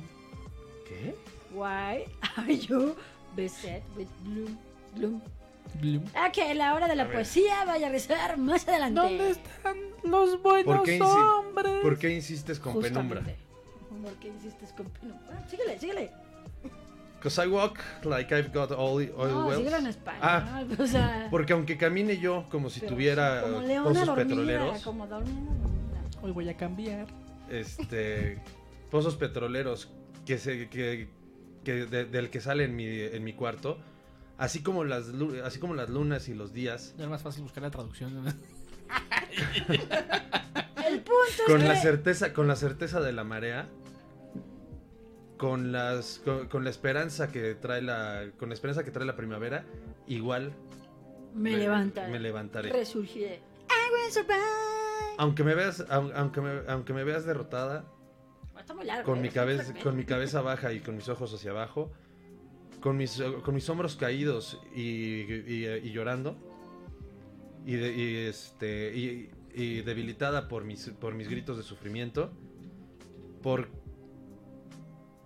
¿Qué?
Why are you beset with gloom? Gloom. Ah, que la hora de la
A ver.
poesía vaya a rezar más adelante. ¿Dónde
están los
¿Por
buenos
qué, insi- por qué insistes con
Justamente.
penumbra?
¿Por qué insistes con penumbra? Ah, Síguele, síguele.
Because I walk like I've got all the oil
No,
wells.
síguelo en español.
Ah,
o sea,
porque aunque camine yo como si
pero
tuviera
como
eh,
leona
pozos
dormida,
petroleros,
Como dormida, dormida.
Hoy voy a cambiar.
este, pozos petroleros que se, que, que de- del que sale en mi, en mi cuarto, así como las, lu- así como las lunas y los días,
Ya es más fácil buscar la traducción. ¿no?
El punto es
con la
que-
certeza, con la certeza de la marea, con las, con, con la esperanza que trae la, con la esperanza que trae la primavera, igual
Me levantaré.
me levantaré.
Resurgiré. I will survive.
Aunque me veas, au- aunque me, aunque me veas derrotada,
Está muy largo.
con
*laughs* ¿eh?
mi
Está muy
cabeza,
tremendo.
con mi cabeza baja y con mis ojos hacia abajo, con mis, con mis hombros caídos y, y- y llorando, y, de- y, este, y, y debilitada por mis, por mis gritos de sufrimiento, por,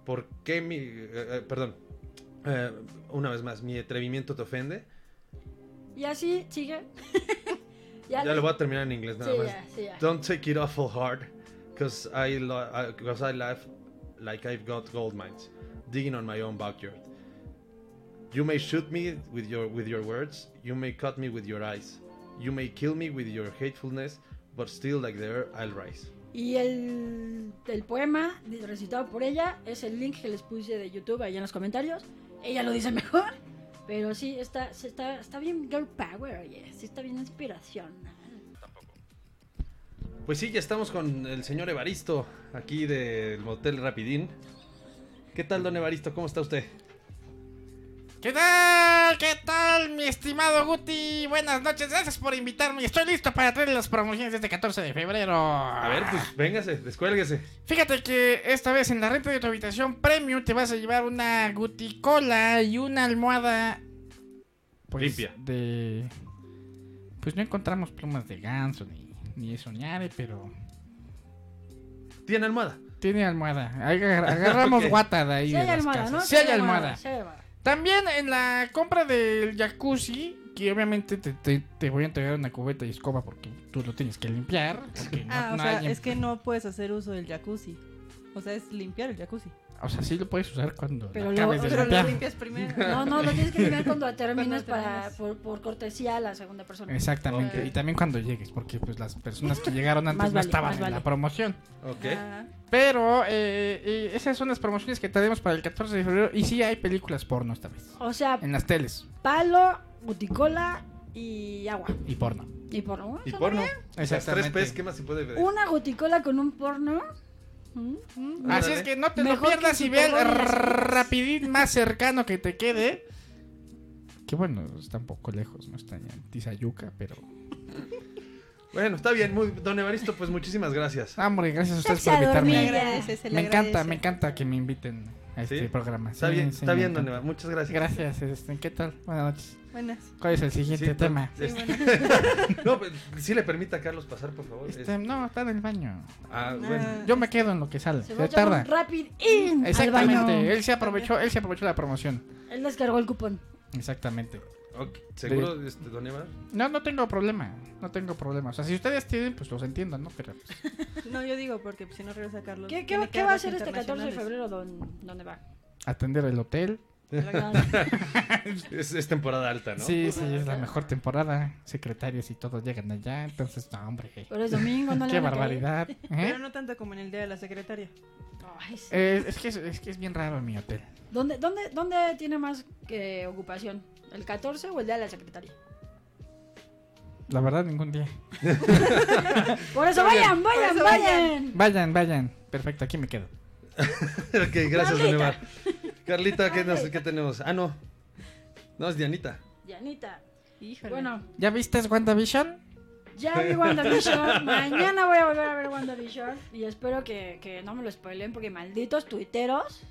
por qué mi, eh, eh, perdón, eh, una vez más, mi atrevimiento te ofende.
Y así sigue. *laughs*
Ya, lo voy a terminar en inglés nada
Sí,
más.
ya, sí, ya.
Don't take it awful hard, because I, lo- I- 'cause I laugh like I've got gold mines, digging on my own backyard. You may shoot me with your with your words, you may cut me with your eyes, you may kill me with your hatefulness, but still like the air I'll rise.
Y el, el poema recitado por ella es el link que les puse de YouTube allá en los comentarios. Ella lo dice *laughs* mejor. Pero sí, está, sí está, está bien girl power, oye. Sí está bien inspiracional.
Pues sí, ya estamos con el señor Evaristo aquí del motel Rapidín. ¿Qué tal, don Evaristo? ¿Cómo está usted?
*laughs* ¿Qué tal? ¿Qué tal, mi estimado Guti? Buenas noches, gracias por invitarme. Estoy listo para traer las promociones de este 14 de febrero.
A ver, pues véngase, descuélguese.
Fíjate que esta vez en la renta de tu habitación premium te vas a llevar una Guticola y una almohada pues,
Limpia.
de... Pues no encontramos plumas de ganso ni, ni eso ñare, pero.
¿Tiene almohada?
Tiene almohada.
*laughs*
Agar- agarramos
Ok.
guata de ahí.
Sí
de
hay
las
almohada,
casas.
¿no?
Sí
Sí
hay almohada.
sí hay almohada.
También en la compra del jacuzzi, que obviamente te, te- te voy a entregar una cubeta y escoba porque tú lo tienes que limpiar. porque no-
Ah, o
no
sea,
hay- em-
es que no puedes hacer uso del jacuzzi. O sea, es limpiar el jacuzzi.
o sea, sí lo puedes usar cuando
Pero
lo
lo-
acabes de
pero lo
limpiar.
limpias
*laughs*
primero.
No, *laughs* no, lo tienes que
*laughs*
mirar cuando termines
Cuando
para, por, por cortesía a la segunda persona.
Exactamente, y también cuando llegues, porque pues las
*laughs*
personas que llegaron antes
Más
no
vale,
estaban
más
en la
vale.
promoción.
Ok.
Pero eh, eh, esas son las promociones que tenemos para el 14 de febrero y sí hay películas porno esta vez.
O sea,
En las teles
palo, buticola y agua.
y porno.
Y porno.
Y
¿Suena
porno.
pues, bien?
Las tres
Exactamente.
P's, ¿qué más se puede pedir?
Una goticola con un porno. ¿Mm? ¿Mm?
Así es que no te lo
Mejor que
pierdas
si
y ve el
te roban las
rapidín más cercano que te quede. *laughs* Que bueno, está un poco lejos, no está ya en Tizayuca, pero...
Bueno, está bien, muy, don Evaristo, pues muchísimas gracias.
Ah, Hombre, gracias a ustedes
Se
por
adormilla.
invitarme.
Se le agradece, se le
me encanta,
agradece.
me encanta que me inviten a este
¿Sí?
programa.
Está
Sí,
bien,
sí,
está
me
bien, don
encanta.
Eva, muchas gracias.
Gracias, este, ¿qué tal? Buenas noches.
Buenas.
¿Cuál es el siguiente
Sí,
tema?
es- *laughs* no, pues, si le permite a Carlos pasar, por favor.
Este, no, está en el baño.
Ah, bueno.
Yo me quedo en lo que sale.
Se
Se,
va a echar
tarda. Mm,
un rapid in al baño.
Exactamente, él se aprovechó, él se aprovechó la promoción.
Él descargó el cupón.
Exactamente.
Ok, ¿Seguro, este, don Eva?
No, no tengo problema. No tengo problema. O sea, si ustedes tienen, pues los entiendo, ¿no? Pero
*laughs*
pues,
No, yo digo porque pues, si no regresa Carlos.
¿Qué, qué,
tiene
qué va a
quedarse
hacer este 14 de
internacionales.
febrero? Don, ¿Dónde va?
atender el hotel.
es, es temporada alta, ¿no?
Sí, sí, es la mejor temporada. Secretarios y todos llegan allá. Entonces, no, hombre.
Pero es domingo,
*laughs*
no le
Qué
van a caer.
barbaridad. ¿eh?
Pero no tanto como en el día de la secretaria. *laughs*
Eh, es, que es, es que es bien raro mi hotel.
¿Dónde, dónde, dónde tiene más que ocupación? ¿El 14 o el día de la secretaria?
La verdad, ningún día.
Por eso vayan, vayan,
eso
vayan.
Vayan, vayan. Perfecto, aquí me quedo.
*laughs* ok, gracias, don Eva. Carlita, ¿qué, nos- ¿qué tenemos? Ah, no. No, es Dianita. *laughs*
Dianita. Bueno,
¿Ya viste WandaVision?
ya vi
*laughs*
WandaVision. Mañana voy a volver a ver WandaVision. Y espero que, que no me lo spoilen porque malditos tuiteros.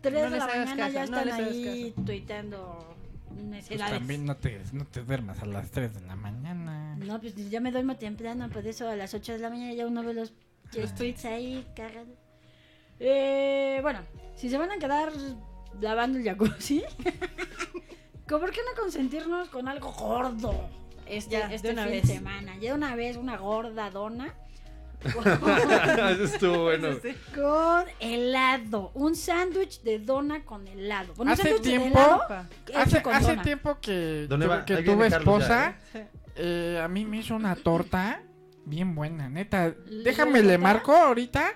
3
No
de
les
la
hagas
mañana ya
caso, no
están
les hagas
ahí tuiteando
Pues
necesidades.
también no te, no te duermas a las 3 de la mañana.
No, pues ya me duermo temprano, por eso a las 8 de la mañana ya uno ve los, los tweets ahí, cagado. Eh, bueno, si se van a quedar lavando el jacuzzi, ¿Cómo ¿Por qué no consentirnos con algo gordo? Este,
Ya,
este
de una
fin
vez.
de semana. Ya de una vez una gorda dona.
Eso estuvo bueno.
Con helado. Un sándwich de dona con helado. Bueno, un
hace
sándwich de
tiempo,
helado hecho
hace,
con
hace
dona.
tiempo que,
Don
tuve-
Eva,
que
ahí viene
tuve
Carlos ya,
esposa, eh, a mí me hizo una torta bien buena, neta.
¿La
Déjame le
receta?
marco ahorita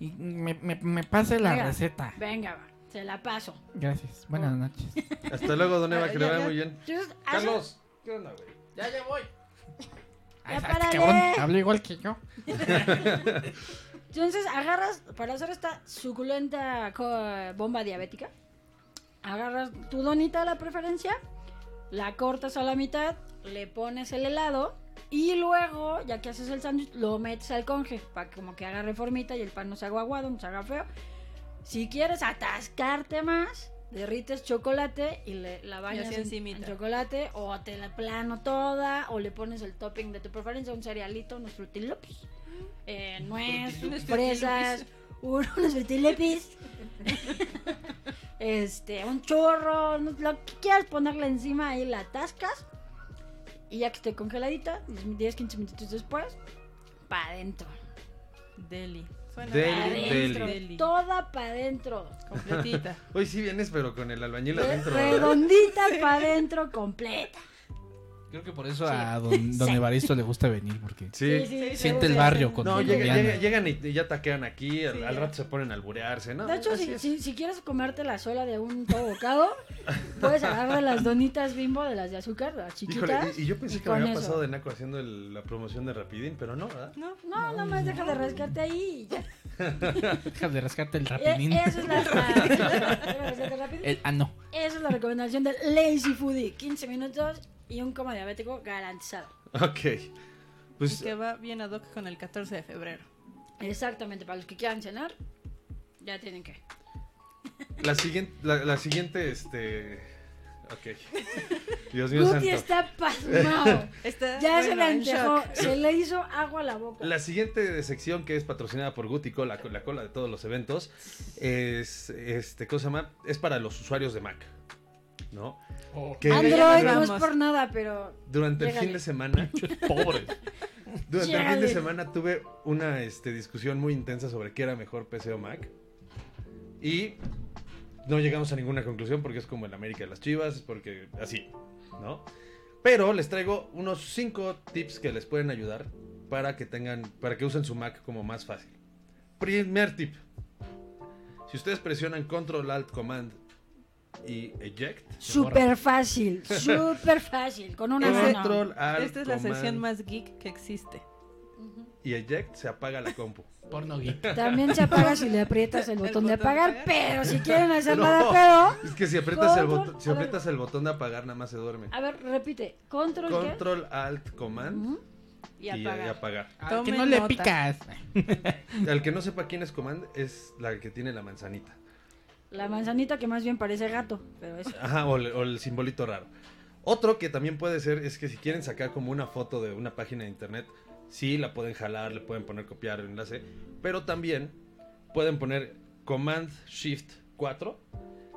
y me, me, me pase la
Venga, Oh.
receta.
Venga, va, se la paso.
Gracias, buenas noches.
Hasta luego, don
Ah,
Eva, que le
Ya,
vaya
ya.
muy bien.
Entonces, hace-
Carlos, ¿qué onda, güey?
Ya, ya voy.
Ya
Este
párale.
cabrón habla igual que yo.
Entonces agarras, para hacer esta suculenta co- bomba diabética, agarras tu donita a la preferencia, la cortas a la mitad, le pones el helado y luego, ya que haces el sándwich, lo metes al conge para que como que agarre formita y el pan no se haga aguado, no se haga feo. Si quieres atascarte más, derrites chocolate y le, la bañas
así
en-
encimita.
en chocolate o te la plano toda o le pones el topping de tu preferencia, un cerealito, unos frutilops, eh, nuez,
Unos
fresas, un- *laughs* unos frutilops, *laughs* este, un chorro, no- lo que quieras ponerle encima ahí la atascas y ya que esté congeladita, 10, 15 minutos después, para adentro.
Deli. Suena
Deli,
bien.
Adentro. deli.
Toda para adentro.
Completita.
*laughs* Hoy sí vienes, pero con el albañil adentro.
Redondita para adentro, completa.
Creo que por eso a don, don Evaristo le gusta venir porque
Sí.
siente el barrio con
No,
don
llega-
Diana.
llega- llegan y, y ya taquean aquí, al, al rato se ponen a alburearse, ¿no?
de hecho, si, si, si quieres comerte la sola de un todo bocado, puedes agarrar las donitas bimbo de las de azúcar, las
Híjole,
chiquitas.
y, y yo pensé que me
con
había
eso.
pasado de naco haciendo el- la promoción de Rapidín, pero no,
*laughs*
¿verdad?
No, no, más deja de rascarte ahí y ya.
Deja de rascarte el
Eh,
rapidín.
esa es la- *laughs*
El ano.
Esa es la recomendación del Lazy Foodie. 15 minutos y un coma diabético garantizado.
Ok. Pues
Y que va bien ad hoc con el 14 de febrero.
Exactamente, para los que quieran cenar, ya tienen que.
la siguiente, la, la siguiente, este... Ok.
*laughs*
Dios mío
Guti
santo.
está pasmado.
Está,
ya se le
bueno, en
antejó,
shock.
se le hizo agua a la boca.
La siguiente sección que es patrocinada por Guti Cola, con la cola de todos los eventos, es este, ¿cómo se llama? Es para los usuarios de Mac, ¿no? Que-
Android no es
durante,
por nada, pero.
durante el fin
llégale.
de semana, pobres. Durante el fin
Llégale.
de semana tuve una este, discusión muy intensa sobre qué era mejor PC o Mac y no llegamos a ninguna conclusión porque es como el América de las Chivas, porque así, ¿no? Pero les traigo unos 5 tips que les pueden ayudar para que tengan, para que usen su Mac como más fácil. Primer tip. Si ustedes presionan Control Alt Command y Eject.
Súper fácil, súper fácil. Con una
Ese-
mano.
Control, alt,
Esta es la sección
command.
más geek que existe.
Y Eject se apaga la compu.
Porno geek.
También se apaga si le aprietas el botón de apagar, pero si quieren hacer
No,
nada, pero.
Es que si aprietas, el,
Control-
botón, si
a ver,
aprietas el botón de apagar, nada más se duerme.
A ver, repite. Control, ¿qué?
Control, Alt, Command
Ujú.
y, y apagar.
Ah,
Al que no Tomen le nota. picas.
Al que no sepa quién es Command, es la que tiene la manzanita.
La manzanita que más bien parece gato, pero es.
Ajá, o, el- o el simbolito raro. Otro que también puede ser es que si quieren sacar como una foto de una página de internet, sí la pueden jalar, le pueden poner copiar el enlace, pero también pueden poner Command Shift 4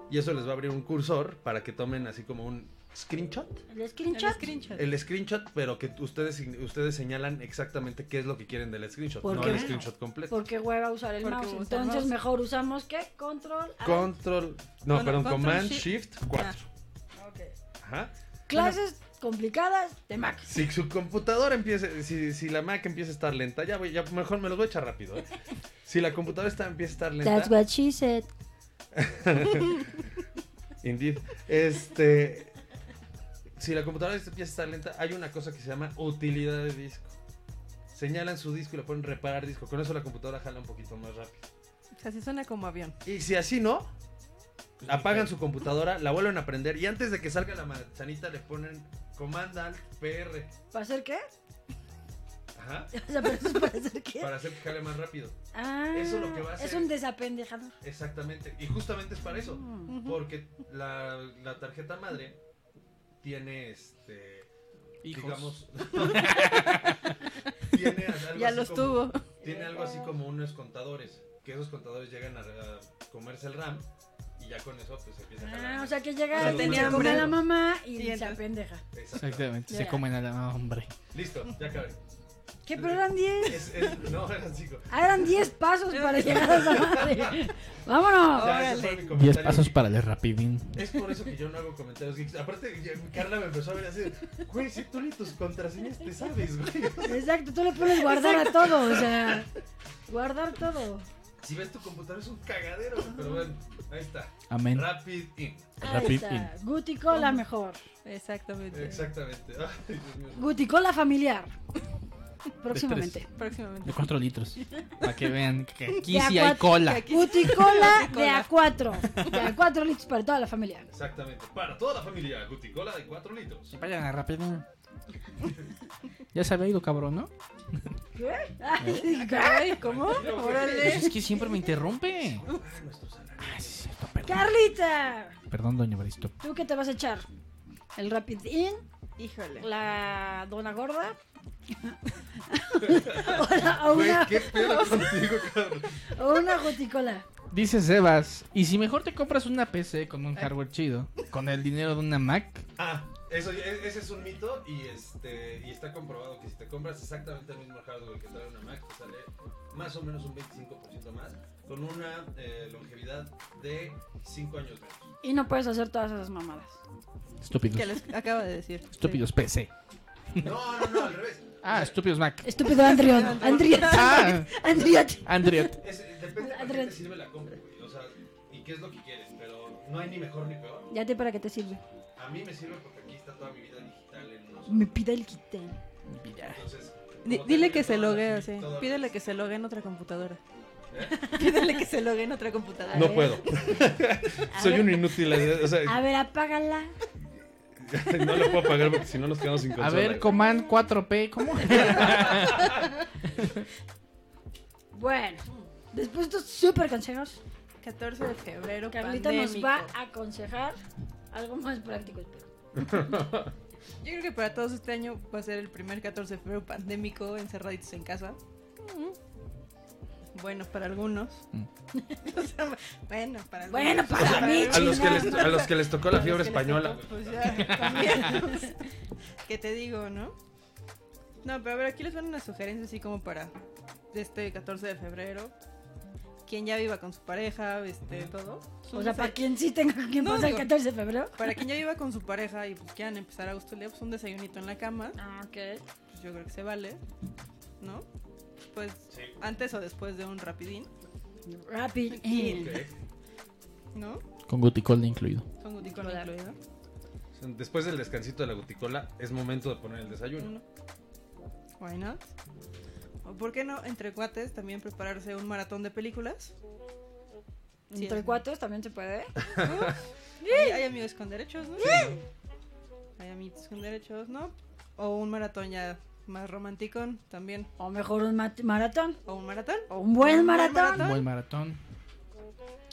y eso les va a abrir un cursor para que tomen así como un screenshot.
El screenshot.
El screenshot, pero que ustedes, ustedes señalan exactamente qué es lo que quieren del screenshot,
¿Por
no
qué?
el screenshot completo.
Porque hueva usar el
Porque
mouse.
usa el
Entonces
mouse.
mejor usamos ¿qué? Control. Alt.
Control, no,
Bueno,
perdón,
Control
Command
Shift.
Shift 4.
Ok.
Ajá.
Clases complicadas de Mac.
Si su computadora empieza, si, si la Mac empieza a estar lenta, ya voy, ya mejor me los voy a echar rápido. ¿eh? Si la computadora está, empieza a estar
That's
lenta.
what she said.
*laughs* Indeed. Este. Si la computadora empieza a estar lenta, hay una cosa que se llama utilidad de disco. Señalan su disco y le ponen reparar disco. Con eso la computadora jala un poquito más rápido.
O sea, sí suena como avión.
Y si así no, apagan su computadora, la vuelven a prender y antes de que salga la manzanita le ponen Command Alt PR.
¿Para hacer qué? *laughs*
Ajá.
O sea, ¿para para hacer qué?
Para hacer que jale más rápido.
Ah,
Eso lo que va a hacer.
Es un desapendejador.
Exactamente, y justamente es para eso,
Ujú.
porque la, la tarjeta madre tiene este
Hijos.
digamos *laughs* tiene algo
Ya
así
los
como-
tuvo.
Tiene algo así como unos contadores, que esos contadores llegan a, a comerse el RAM y Y ya con eso pues empiezan a
Ah,
ganar.
o sea que llega
Claro,
y
tenía
se
hambre.
come a la mamá
Sí,
y se
entonces-
apendeja.
Exactamente, se
Ya.
comen a la hombre.
Listo, ya acabé.
¿Qué? Pero eran 10.
Es- es- no, *laughs* eran cinco.
Ah, eran 10 pasos para llegar a esa madre. Vámonos.
Ya, ese fue mi comentario.
10 pasos para el rapidín.
Es por eso que yo no hago comentarios geeks. Aparte, ya- Carla me empezó a ver así. de, Güey, si tú ni tus contraseñas te sabes, güey.
Exacto, tú le pones guardar a todo, o sea, guardar todo.
Si ves tu computadora es un cagadero. Pero bueno, ahí está.
Amén.
Rapid In.
Ahí está. Guti cola mejor.
Exactamente.
Exactamente. Ay, Dios mío.
Guti cola familiar. Próximamente.
De
Próximamente.
4 litros. Para que vean que aquí
De a
sí hay
cuatro-
cola.
Guti
*laughs*
cola de a 4. De a 4 litros para toda la familia.
Exactamente. Para toda la familia, Guticola de 4 litros.
Vayan a rapidín. Ya se había ido, cabrón, ¿no?
¿Qué? *laughs*
Ay, ¿cómo?
Pues
Órale.
es que siempre me interrumpe.
Carlita,
Perdón, doña Baristo.
¿tú qué te vas a echar? El Rapid In,
Híjole.
la dona gorda. *laughs* o, la- o
Güey,
una,
¿qué pedo contigo,
o una guticola.
Dice Sebas, ¿y si mejor te compras una PC con un hardware chido, con el dinero de una Mac?
Ah, eso, e- ese es un mito y este y está comprobado que si te compras exactamente el mismo hardware que trae una Mac, te sale más o menos un 25% más, con una eh, longevidad de 5 años
*laughs*
menos.
Y no puedes hacer todas esas mamadas.
Estúpidos.
Que les acaba de decir.
Estúpidos PC.
No, no, no, al revés.
Ah, estúpidos
*laughs*
Mac.
Estúpido Andriot. Andriot.
Ah.
Andriot.
Andriot.
Es- depende de para qué te sirve la compra, güey. O sea, y qué es lo que quieres, pero no hay ni mejor ni peor.
Ya te para qué te sirve.
A mí me sirve porque aquí está toda mi vida digital en unos
Me pida el quitén.
Entonces,
Di-
como
dile
tengo
que se
todas
logue
las-
así.
todas las-
Pídele que se logue en otra computadora.
¿Eh?
*laughs* Pídele que se logue en otra computadora.
No puedo. Soy un inútil. O sea,
A ver, apágala.
no lo puedo pagar porque si no nos quedamos sin
A
consola.
ver, Command 4P, ¿cómo?
Bueno, después de estos super consejos,
14 de febrero.
Carlita nos
pandémico.
va a aconsejar algo más práctico. espero.
Yo creo que para todos este año va a ser el primer 14 de febrero pandémico, encerraditos en casa. Mm. Bueno, para algunos.
Mm.
*laughs* O sea, bueno, para algunos.
Bueno, para mí,
A los, que les, a los que les tocó la
Para
fiebre
los que les
española.
tocó, Pues ya, también. *laughs* ¿Qué te digo, no? No, pero a ver, aquí les van unas sugerencias así como para este 14 de febrero. Quien ya viva con su pareja, este, todo.
O sea, para quien sí tenga quien
No,
pasar el
digo,
14 de febrero.
Para quien ya viva con su pareja y pues quieran empezar a gusto el día, pues un desayunito en la cama,
Ah, ok.
pues yo creo que se vale, ¿no? Pues antes o después de un rapidín,
Rapid.
¿no?
Con Guticolda incluido.
Con guticón incluido.
Después del descansito de la guticola, es momento de poner el desayuno.
Why not? ¿O por qué no entre cuates también prepararse un maratón de películas? Sí,
Entre
es-
cuatro también se puede.
Hay, hay amigos con derechos, ¿no? Hay amigos con derechos, ¿no? O un maratón ya más romántico también.
O mejor un mat- maratón.
O un maratón.
O un buen maratón.
Buen maratón.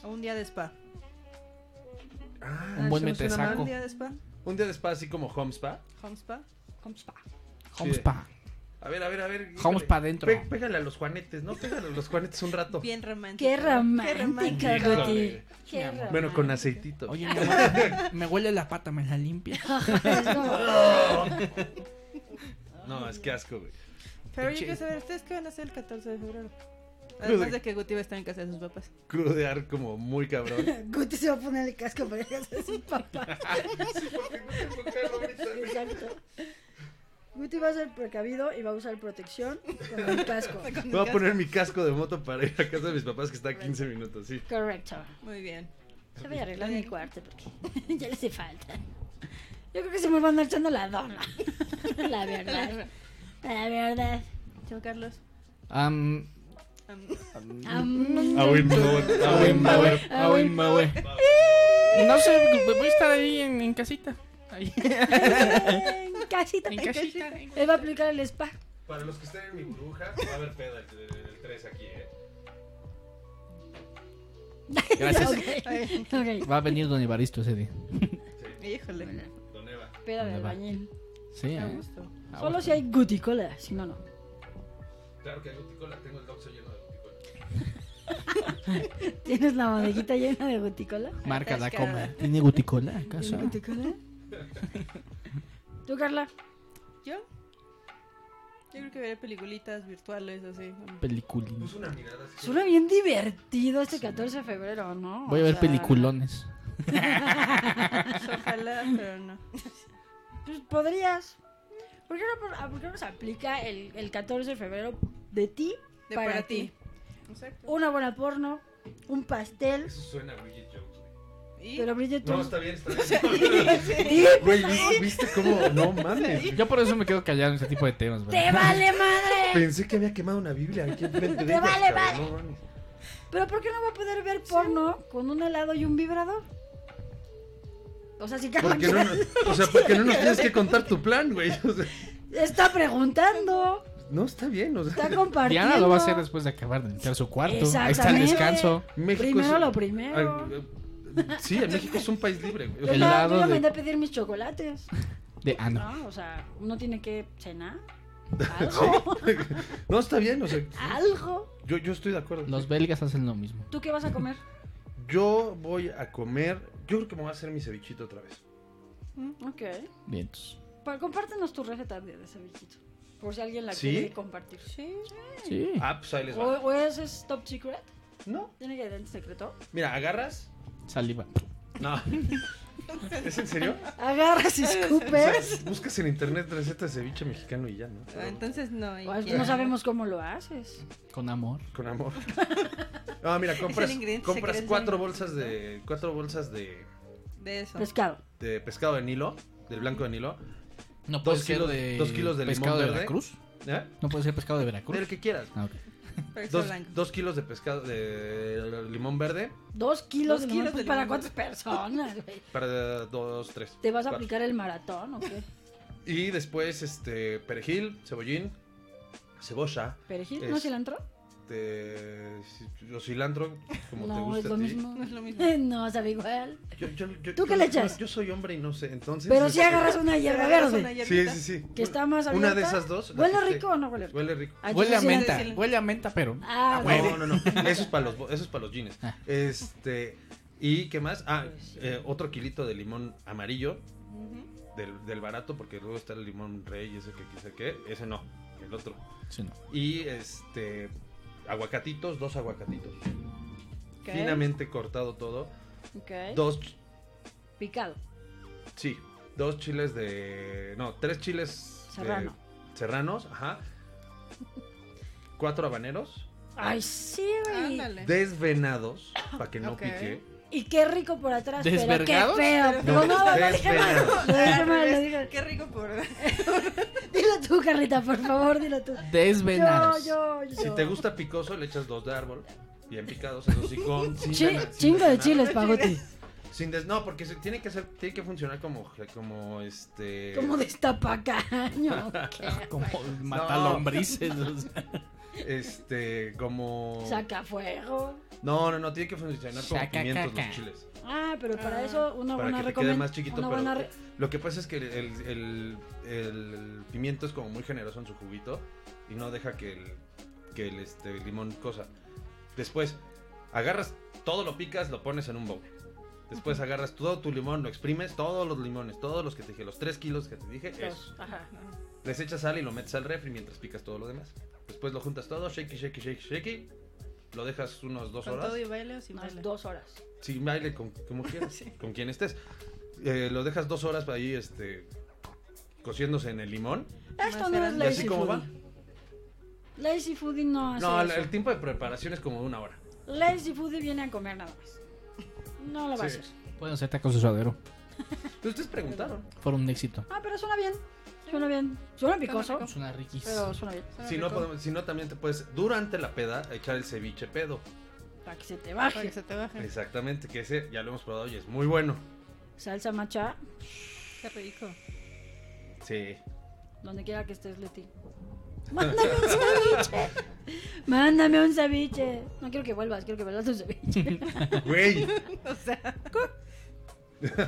O un día de spa.
Ah,
Un buen
eso no suena
metesaco.
Un día de spa.
Un día de spa, así como home spa.
Home spa. Home spa.
Home
Sí.
spa.
A ver, a ver, a ver.
Home
híjole.
spa adentro.
Pe- pégale a los juanetes, ¿no? Pégale a los juanetes un rato.
Bien romántico.
Qué romántico,
Híjole.
Guti. Qué
Bueno, con aceitito.
Oye, mi amor, me huele la pata, me la limpia.
*laughs*
No, es que asco, güey.
Pero yo
Pinche-
quiero saber, ¿ustedes qué van a hacer el 14 de febrero? Además de que Guti va a estar en casa de sus papás.
Crudear como muy cabrón.
Guti se va a poner el casco para que sea su papá. Exacto. Guti va a ser precavido y va a usar protección con el casco.
Voy a poner mi casco de moto para ir a casa de mis papás que está a 15 minutos, sí.
Correcto.
Muy bien.
Se voy a arreglar mi cuarto porque *laughs* ya le hace falta. Yo creo que se me va a andar echando la dona. *laughs* La verdad. La verdad.
Chao, Carlos.
Am,
*laughs* Am-
No sé, voy a estar ahí en, en casita. Ahí.
En casita.
En casita.
Él va a aplicar el spa.
Para los que estén en mi burbuja, va a haber peda el, el, 3 aquí, ¿eh?
*laughs*
Gracias.
Ok. Ok.
Va a venir Don Evaristo ese día.
Híjole.
Don Eva.
Peda de
Ahí va.
albañil.
Sí,
A
¿eh?
gusto.
Ah,
Solo
bueno.
si hay guticola, si no, no.
Claro que hay guticola, tengo el doxo lleno de guticola.
¿Tienes la bodeguita llena de guticola?
Marca la coma. ¿Tiene guticola acaso?
¿Tiene guticola? ¿Tú, Carla?
¿Yo? Yo creo que veré peliculitas virtuales, así.
Peliculín.
Suena bien divertido este 14 de febrero, ¿no?
Voy a
O
ver
sea,
peliculones.
Ojalá, pero no.
Pues podrías. ¿Por qué no, por, ah, por qué no se aplica el, el 14 de febrero de ti
De
para,
para
ti?
ti. Oh,
Una buena porno, un pastel.
Eso suena a Bridget Jones, güey.
Pero Bridget
No,
Jones- *laughs*
está bien,
O sea,
está
sí.
bien.
Güey, ¿vis- viste cómo? No mames.
Yo por eso me quedo callado en ese tipo de temas.
¡Te vale madre!
Pensé que había quemado una Biblia aquí
¡Te vale *laughs* madre! Pero ¿por qué no va a poder ver porno con un helado y un vibrador? O sea, si Carla
¿Por
*laughs*
qué no,
quiere-
nos- o sea, ¿por qué no nos tienes que contar tu plan, güey? O sea,
Está preguntando.
no, está bien. O sea,
Está compartiendo.
Diana lo va a hacer después de acabar de limpiar su cuarto. Ahí está el
Exactamente.
descanso.
Primero lo primero.
Ah, Sí, en México es un país libre, güey.
Yo
El
no-
lado
yo no
de-
mandé a pedir mis chocolates.
De ah, no.
No, o sea, uno tiene que
*laughs*
cenar.
Sí. *laughs* No, está bien, o sea,
Algo.
yo, yo estoy de acuerdo.
Los belgas hacen lo mismo.
¿Tú qué vas a
*laughs*
comer?
Yo voy a comer, yo creo que me voy a hacer mi cevichito otra vez.
Mm, ok.
Vientos.
Pa- compártenos tu receta de de cevichito. Por si alguien la
¿Sí?
quiere compartir. Sí. Oh.
Ah, pues ahí les
¿O,
va.
o ese es top secret?
No.
¿Tiene que ser secreto?
Mira, agarras.
Saliva.
No.
*laughs*
¿Es en serio?
*laughs*
Agarras y
O
escupes.
sea, buscas en internet receta de ceviche mexicano y ya, ¿no?
Ah, Entonces no. y
Pues
ya.
no sabemos cómo lo haces.
Con amor.
Con
*laughs*
amor. No, mira, compras,
ingrediente
compras
secreto.
cuatro bolsas de. Cuatro bolsas de.
De eso.
Pescado.
de pescado de Nilo, del blanco de Nilo.
No puede
dos
ser
kilos
de
dos kilos de
pescado
limón
de
verde.
Veracruz.
¿Eh?
No puede ser pescado de Veracruz.
Del que quieras.
Ah, ok.
Dos, dos kilos de pescado de limón verde
Dos
Dos
kilos, de limón,
kilos
pues,
de
¿Para
limón.
cuántas personas, güey?
para dos, tres.
¿Te vas a
cuatro.
aplicar el maratón o qué?
Y después, este, perejil, cebollín, cebolla.
¿Perejil? ¿No
es-
cilantro?
Este, ci- o cilantro, como te
No,
gusta
es lo
a ti.
mismo.
*laughs*
No es lo *laughs* mismo.
no, sabe igual.
Yo, yo, yo-
¿Tú
yo-
qué le
yo-
echas?
Yo soy hombre y no sé, entonces...
Pero si
este,
agarras una hierba
agarras
verde.
una hierbita.
Sí, sí, sí.
Que está más abierta.
Una de esas dos. la
¿Huele
que esté-
rico o no huele rico?
Huele rico.
Aquí
Huele a
sí la-
menta. Huele a menta, pero.
Ah,
No, no, no. Eso es para
*laughs*
los, bo- eso es para los jeans. Este. ¿Y qué más? Ah,
Pues
eh, otro kilito de limón amarillo. Del, del barato, porque luego está el limón rey y ese que quise que. Ese no, el otro.
Sí, no.
Y este. Aguacatitos, dos aguacatitos.
Ok,
Finamente cortado todo.
ok.
Dos. ch-
Picado.
Sí, dos chiles de. No, tres chiles. de-
Serrano.
serranos,
*laughs*
ajá. Cuatro habaneros.
Ay, sí, güey.
Ándale. *laughs*
Desvenados, para que no
Ok.
pique.
Y qué rico por atrás, pero qué
¿Desvergados?
feo.
No,
No, no, lo dije mal.
desvenados.
Lo dije
Al
mal, lo
revés.
dije-
Qué rico por.
Dilo tú, Carlita, por favor, dilo tú.
Desvenados.
Yo, yo, yo.
Si te gusta picoso, le echas dos de árbol. Bien picados, eso sí,
*laughs*
con. Sin
Chi-
dena- sin
chingo de
desvenar.
chiles, Pagotti.
Sin des- no, porque se- tiene que ser, tiene que funcionar como, como este.
Como
*laughs*
destapacaño.
Como matar
No.
lombrices. o sea.
Este, como.
Saca fuego.
No, no, no, tiene que funcionar como
Saca
pimientos
caca.
los chiles.
Ah, pero para eso una
Para
buena
que te quede
recomendación.
más chiquito,
una
pero
buena re-
lo que pasa es que el, el- el- el pimiento es como muy generoso en su juguito y no deja que el, que el este, limón cosa. Después, agarras todo, lo picas, lo pones en un bowl. Después agarras todo tu limón, lo exprimes, todos los limones, todos los que te dije, los 3 kilos que te dije, eso.
Dos, Ajá.
Les echas sal y lo metes al refri mientras picas todo lo demás. Después lo juntas todo, shaky, shaky, shaky, shaky. Lo dejas unos dos
Con
horas.
todo y baile o sin
Unas
baile.
dos horas.
Sí, baile con, como
*laughs*
quieras, con quien estés. Eh, lo dejas dos horas ahí, este, cociéndose en el limón.
Esto no
¿Y
es
así
lazy
cómo va?
foodie. Lazy foodie no hace
No, el,
eso.
el tiempo de preparación es como de una hora.
Lazy foodie viene a comer nada más. No lo va a
Sí.
hacer.
Pueden ser tacos de suadero.
Pero ustedes preguntaron.
Fueron un éxito.
Ah, pero suena bien. Suena bien. Suena picoso.
Suena riquísimo.
Pero suena bien.
Si no, podemos- si no, también te puedes, durante la peda, echar el ceviche pedo.
Para que se te
Para que
baje.
se te baje.
Exactamente, que ese ya lo hemos probado y es muy bueno.
Salsa macha,
Qué rico.
*laughs*
Sí.
donde quiera que estés, Leti. *laughs* Mándame un ceviche. *laughs* Mándame un ceviche. No quiero que vuelvas, quiero que vuelvas un *laughs* ceviche.
Güey.
O sea,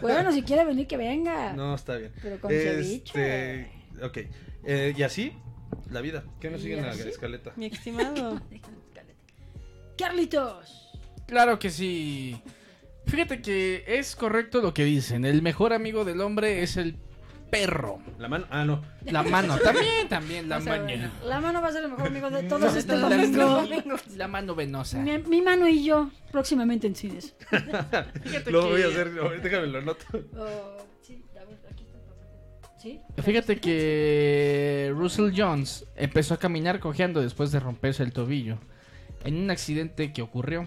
Bueno, si quiere venir, que venga.
No, está bien.
Pero con
este, Ok. Eh, y así, la vida. ¿Qué nos
¿Y
siguen en la
*laughs*
así?
escaleta?
mi estimado.
Carlitos.
Claro que sí. Fíjate que es correcto lo que dicen. El mejor amigo del hombre es el perro.
La mano. Ah, no.
La mano. También, también, la mano.
La mano va a ser el mejor amigo de todos
No,
estos
la-
domingos.
La mano venosa.
Mi, mi mano y yo, próximamente en cines.
Lo voy a hacer, déjame lo anoto.
Oh, sí, a ver, aquí está. el pasaje. ¿Sí?
Fíjate que Russell Jones empezó a caminar cojeando después de romperse el tobillo en un accidente que ocurrió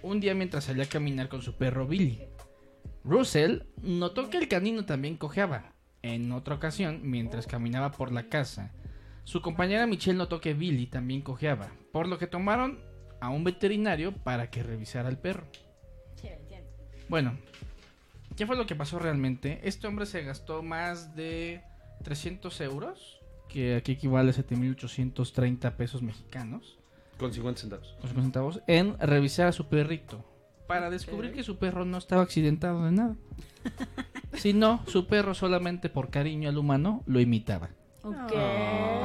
un día mientras salía a caminar con su perro Billy. Russell notó que el canino también cojeaba en otra ocasión mientras caminaba por la casa. Su compañera Michelle notó que Billy también cojeaba, por lo que tomaron a un veterinario para que revisara al perro.
Sí, entiendo.
Bueno, ¿qué fue lo que pasó realmente? Este hombre se gastó más de 300 euros, que aquí equivale a 7.830 pesos mexicanos,
Con 50 centavos.
con 50 centavos, en revisar a su perrito. Para descubrir que su perro no estaba accidentado de nada. Sino, su perro solamente por cariño al humano lo imitaba.
Ok.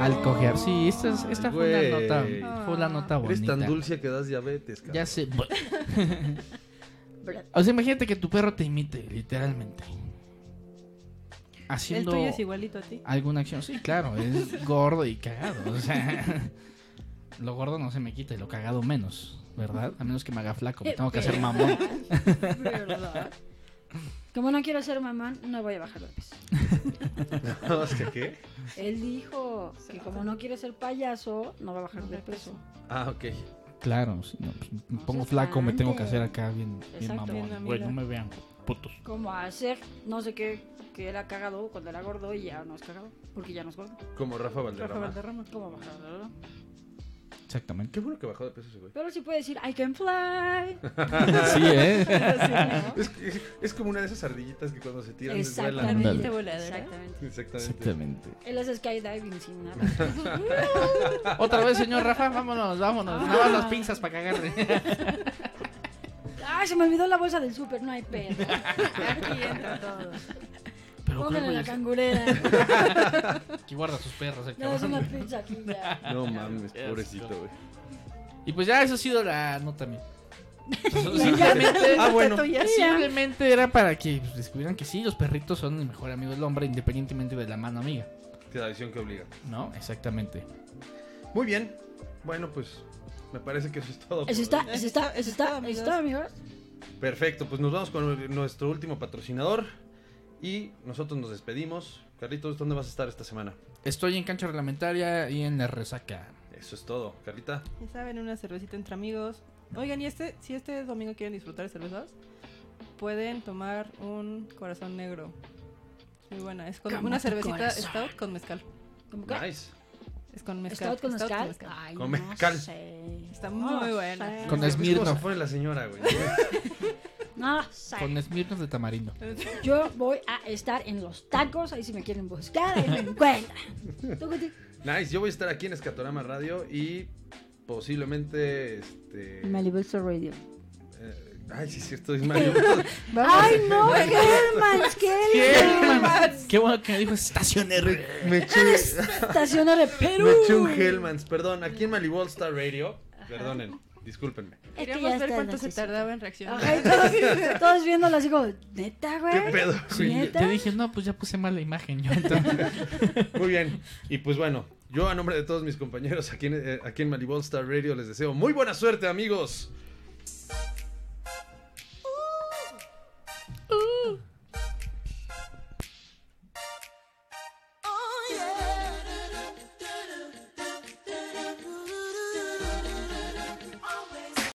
Al cojear. Sí, esta, es- esta fue una
Güey.
nota, fue la nota bonita.
Eres tan dulce que das diabetes, cabrón.
Ya sé. O sea, imagínate que tu perro te imite, literalmente. Haciendo
tuyo es igualito a *laughs* ti.
alguna acción. Sí,
*laughs*
claro, es gordo y cagado. O sea, *laughs* lo gordo no se me quita y lo cagado menos, ¿verdad? A menos que me haga flaco,
Eh,
me tengo que hacer mamón.
*laughs* ¿Verdad? Como no quiero ser mamón, no voy a bajar de peso.
No, es que *laughs* ¿qué?
Él dijo que como no quiere ser payaso, no va a bajar de peso.
Ah, ok.
Claro, si no, pues, me pongo flaco, me tengo que hacer acá bien, bien
Exacto.
mamón. Güey, no me vean, putos.
Como hacer, no sé qué, que era cagado cuando era gordo y ya no es cagado, porque ya no es gordo.
Como Rafa Valderrama.
¿Cómo bajar de peso?
Exactamente.
Qué bueno que bajó de peso ese güey.
Pero sí puede decir, I can fly.
Sí, ¿eh?
*laughs* Sí, ¿no?
Es, es- es como una de esas ardillitas que cuando se tiran les vuelan.
Exactamente. Ándale.
Exactamente.
Exactamente.
Exactamente.
Él hace skydiving sin nada.
Otra vez, señor Rafa, vámonos,
Ah.
vámonos. Nada más las pinzas
*laughs*
para cagarle.
Ay, se me olvidó la bolsa del súper, no hay pedo. *laughs* Aquí entra todo.
Pero
Pónganle
creo pues.
la
que-
cangurera.
Que guarda sus perros, el
No, es
cabrón.
una pizza aquí *laughs* ya.
No mames, pobrecito, güey.
Y pues ya eso ha sido la
*laughs*
nota mía.
*laughs* Simplemente- Ah, bueno.
Simplemente era para que pues, descubrieran que sí, los perritos son el mejor amigo del hombre, independientemente de la mano amiga.
Tradición que obliga.
¿No? Exactamente.
Muy bien. Bueno, pues me parece que eso es todo. por
Eso está,
hoy.
eso está, eso está, eso está, amigos.
Perfecto, pues nos vamos con nuestro último patrocinador. Y nosotros nos despedimos. Carlitos, ¿dónde vas a estar esta semana?
Estoy en cancha reglamentaria y en la resaca.
Eso es todo. Carlita.
Ya saben, una cervecita entre amigos. Oigan, y este, si este domingo quieren disfrutar de cervezas, pueden tomar un corazón negro. Es Muy buena. Es con
Como
una
tu
cervecita
corazón.
stout con mezcal.
¿Cómo qué?
Nice.
Es con mezcal.
¿Stout con mezcal? Ah. Ay,
Con no mezcal.
Está
No
muy
sé.
buena.
Con
¿Cómo
Smirnoff.
se fue la señora, güey?
No sé.
Con Smirnoff de tamarindo.
Yo voy a estar en los tacos, ahí si me quieren buscar, ahí me
*laughs*
encuentran. ¿Tú, Guti?
Nice, yo voy a estar aquí en Escatorama Radio y posiblemente este.
Malibu Soul Radio.
eh, ay, sí, es cierto, *laughs* es Mario.
¡Ay, no! ¡Germans! ¡Germans!
Qué bueno que me dijo estacionero.
Me eché,
Estaciona de Perú.
me eché un Hellmans, perdón, aquí en Malibu All Star Radio. Perdonen, discúlpenme.
Queríamos ver cuánto se tardaba en reaccionar.
Ajá, y todos, todos viéndolo así como, ¿neta, güey?
¿Qué pedo?
Sí,
¿Neta?
te dije, no, pues ya puse mala imagen. Yo, entonces.
Muy bien, y pues bueno, yo a nombre de todos mis compañeros aquí en, eh, aquí en Malibu All Star Radio les deseo muy buena suerte, amigos.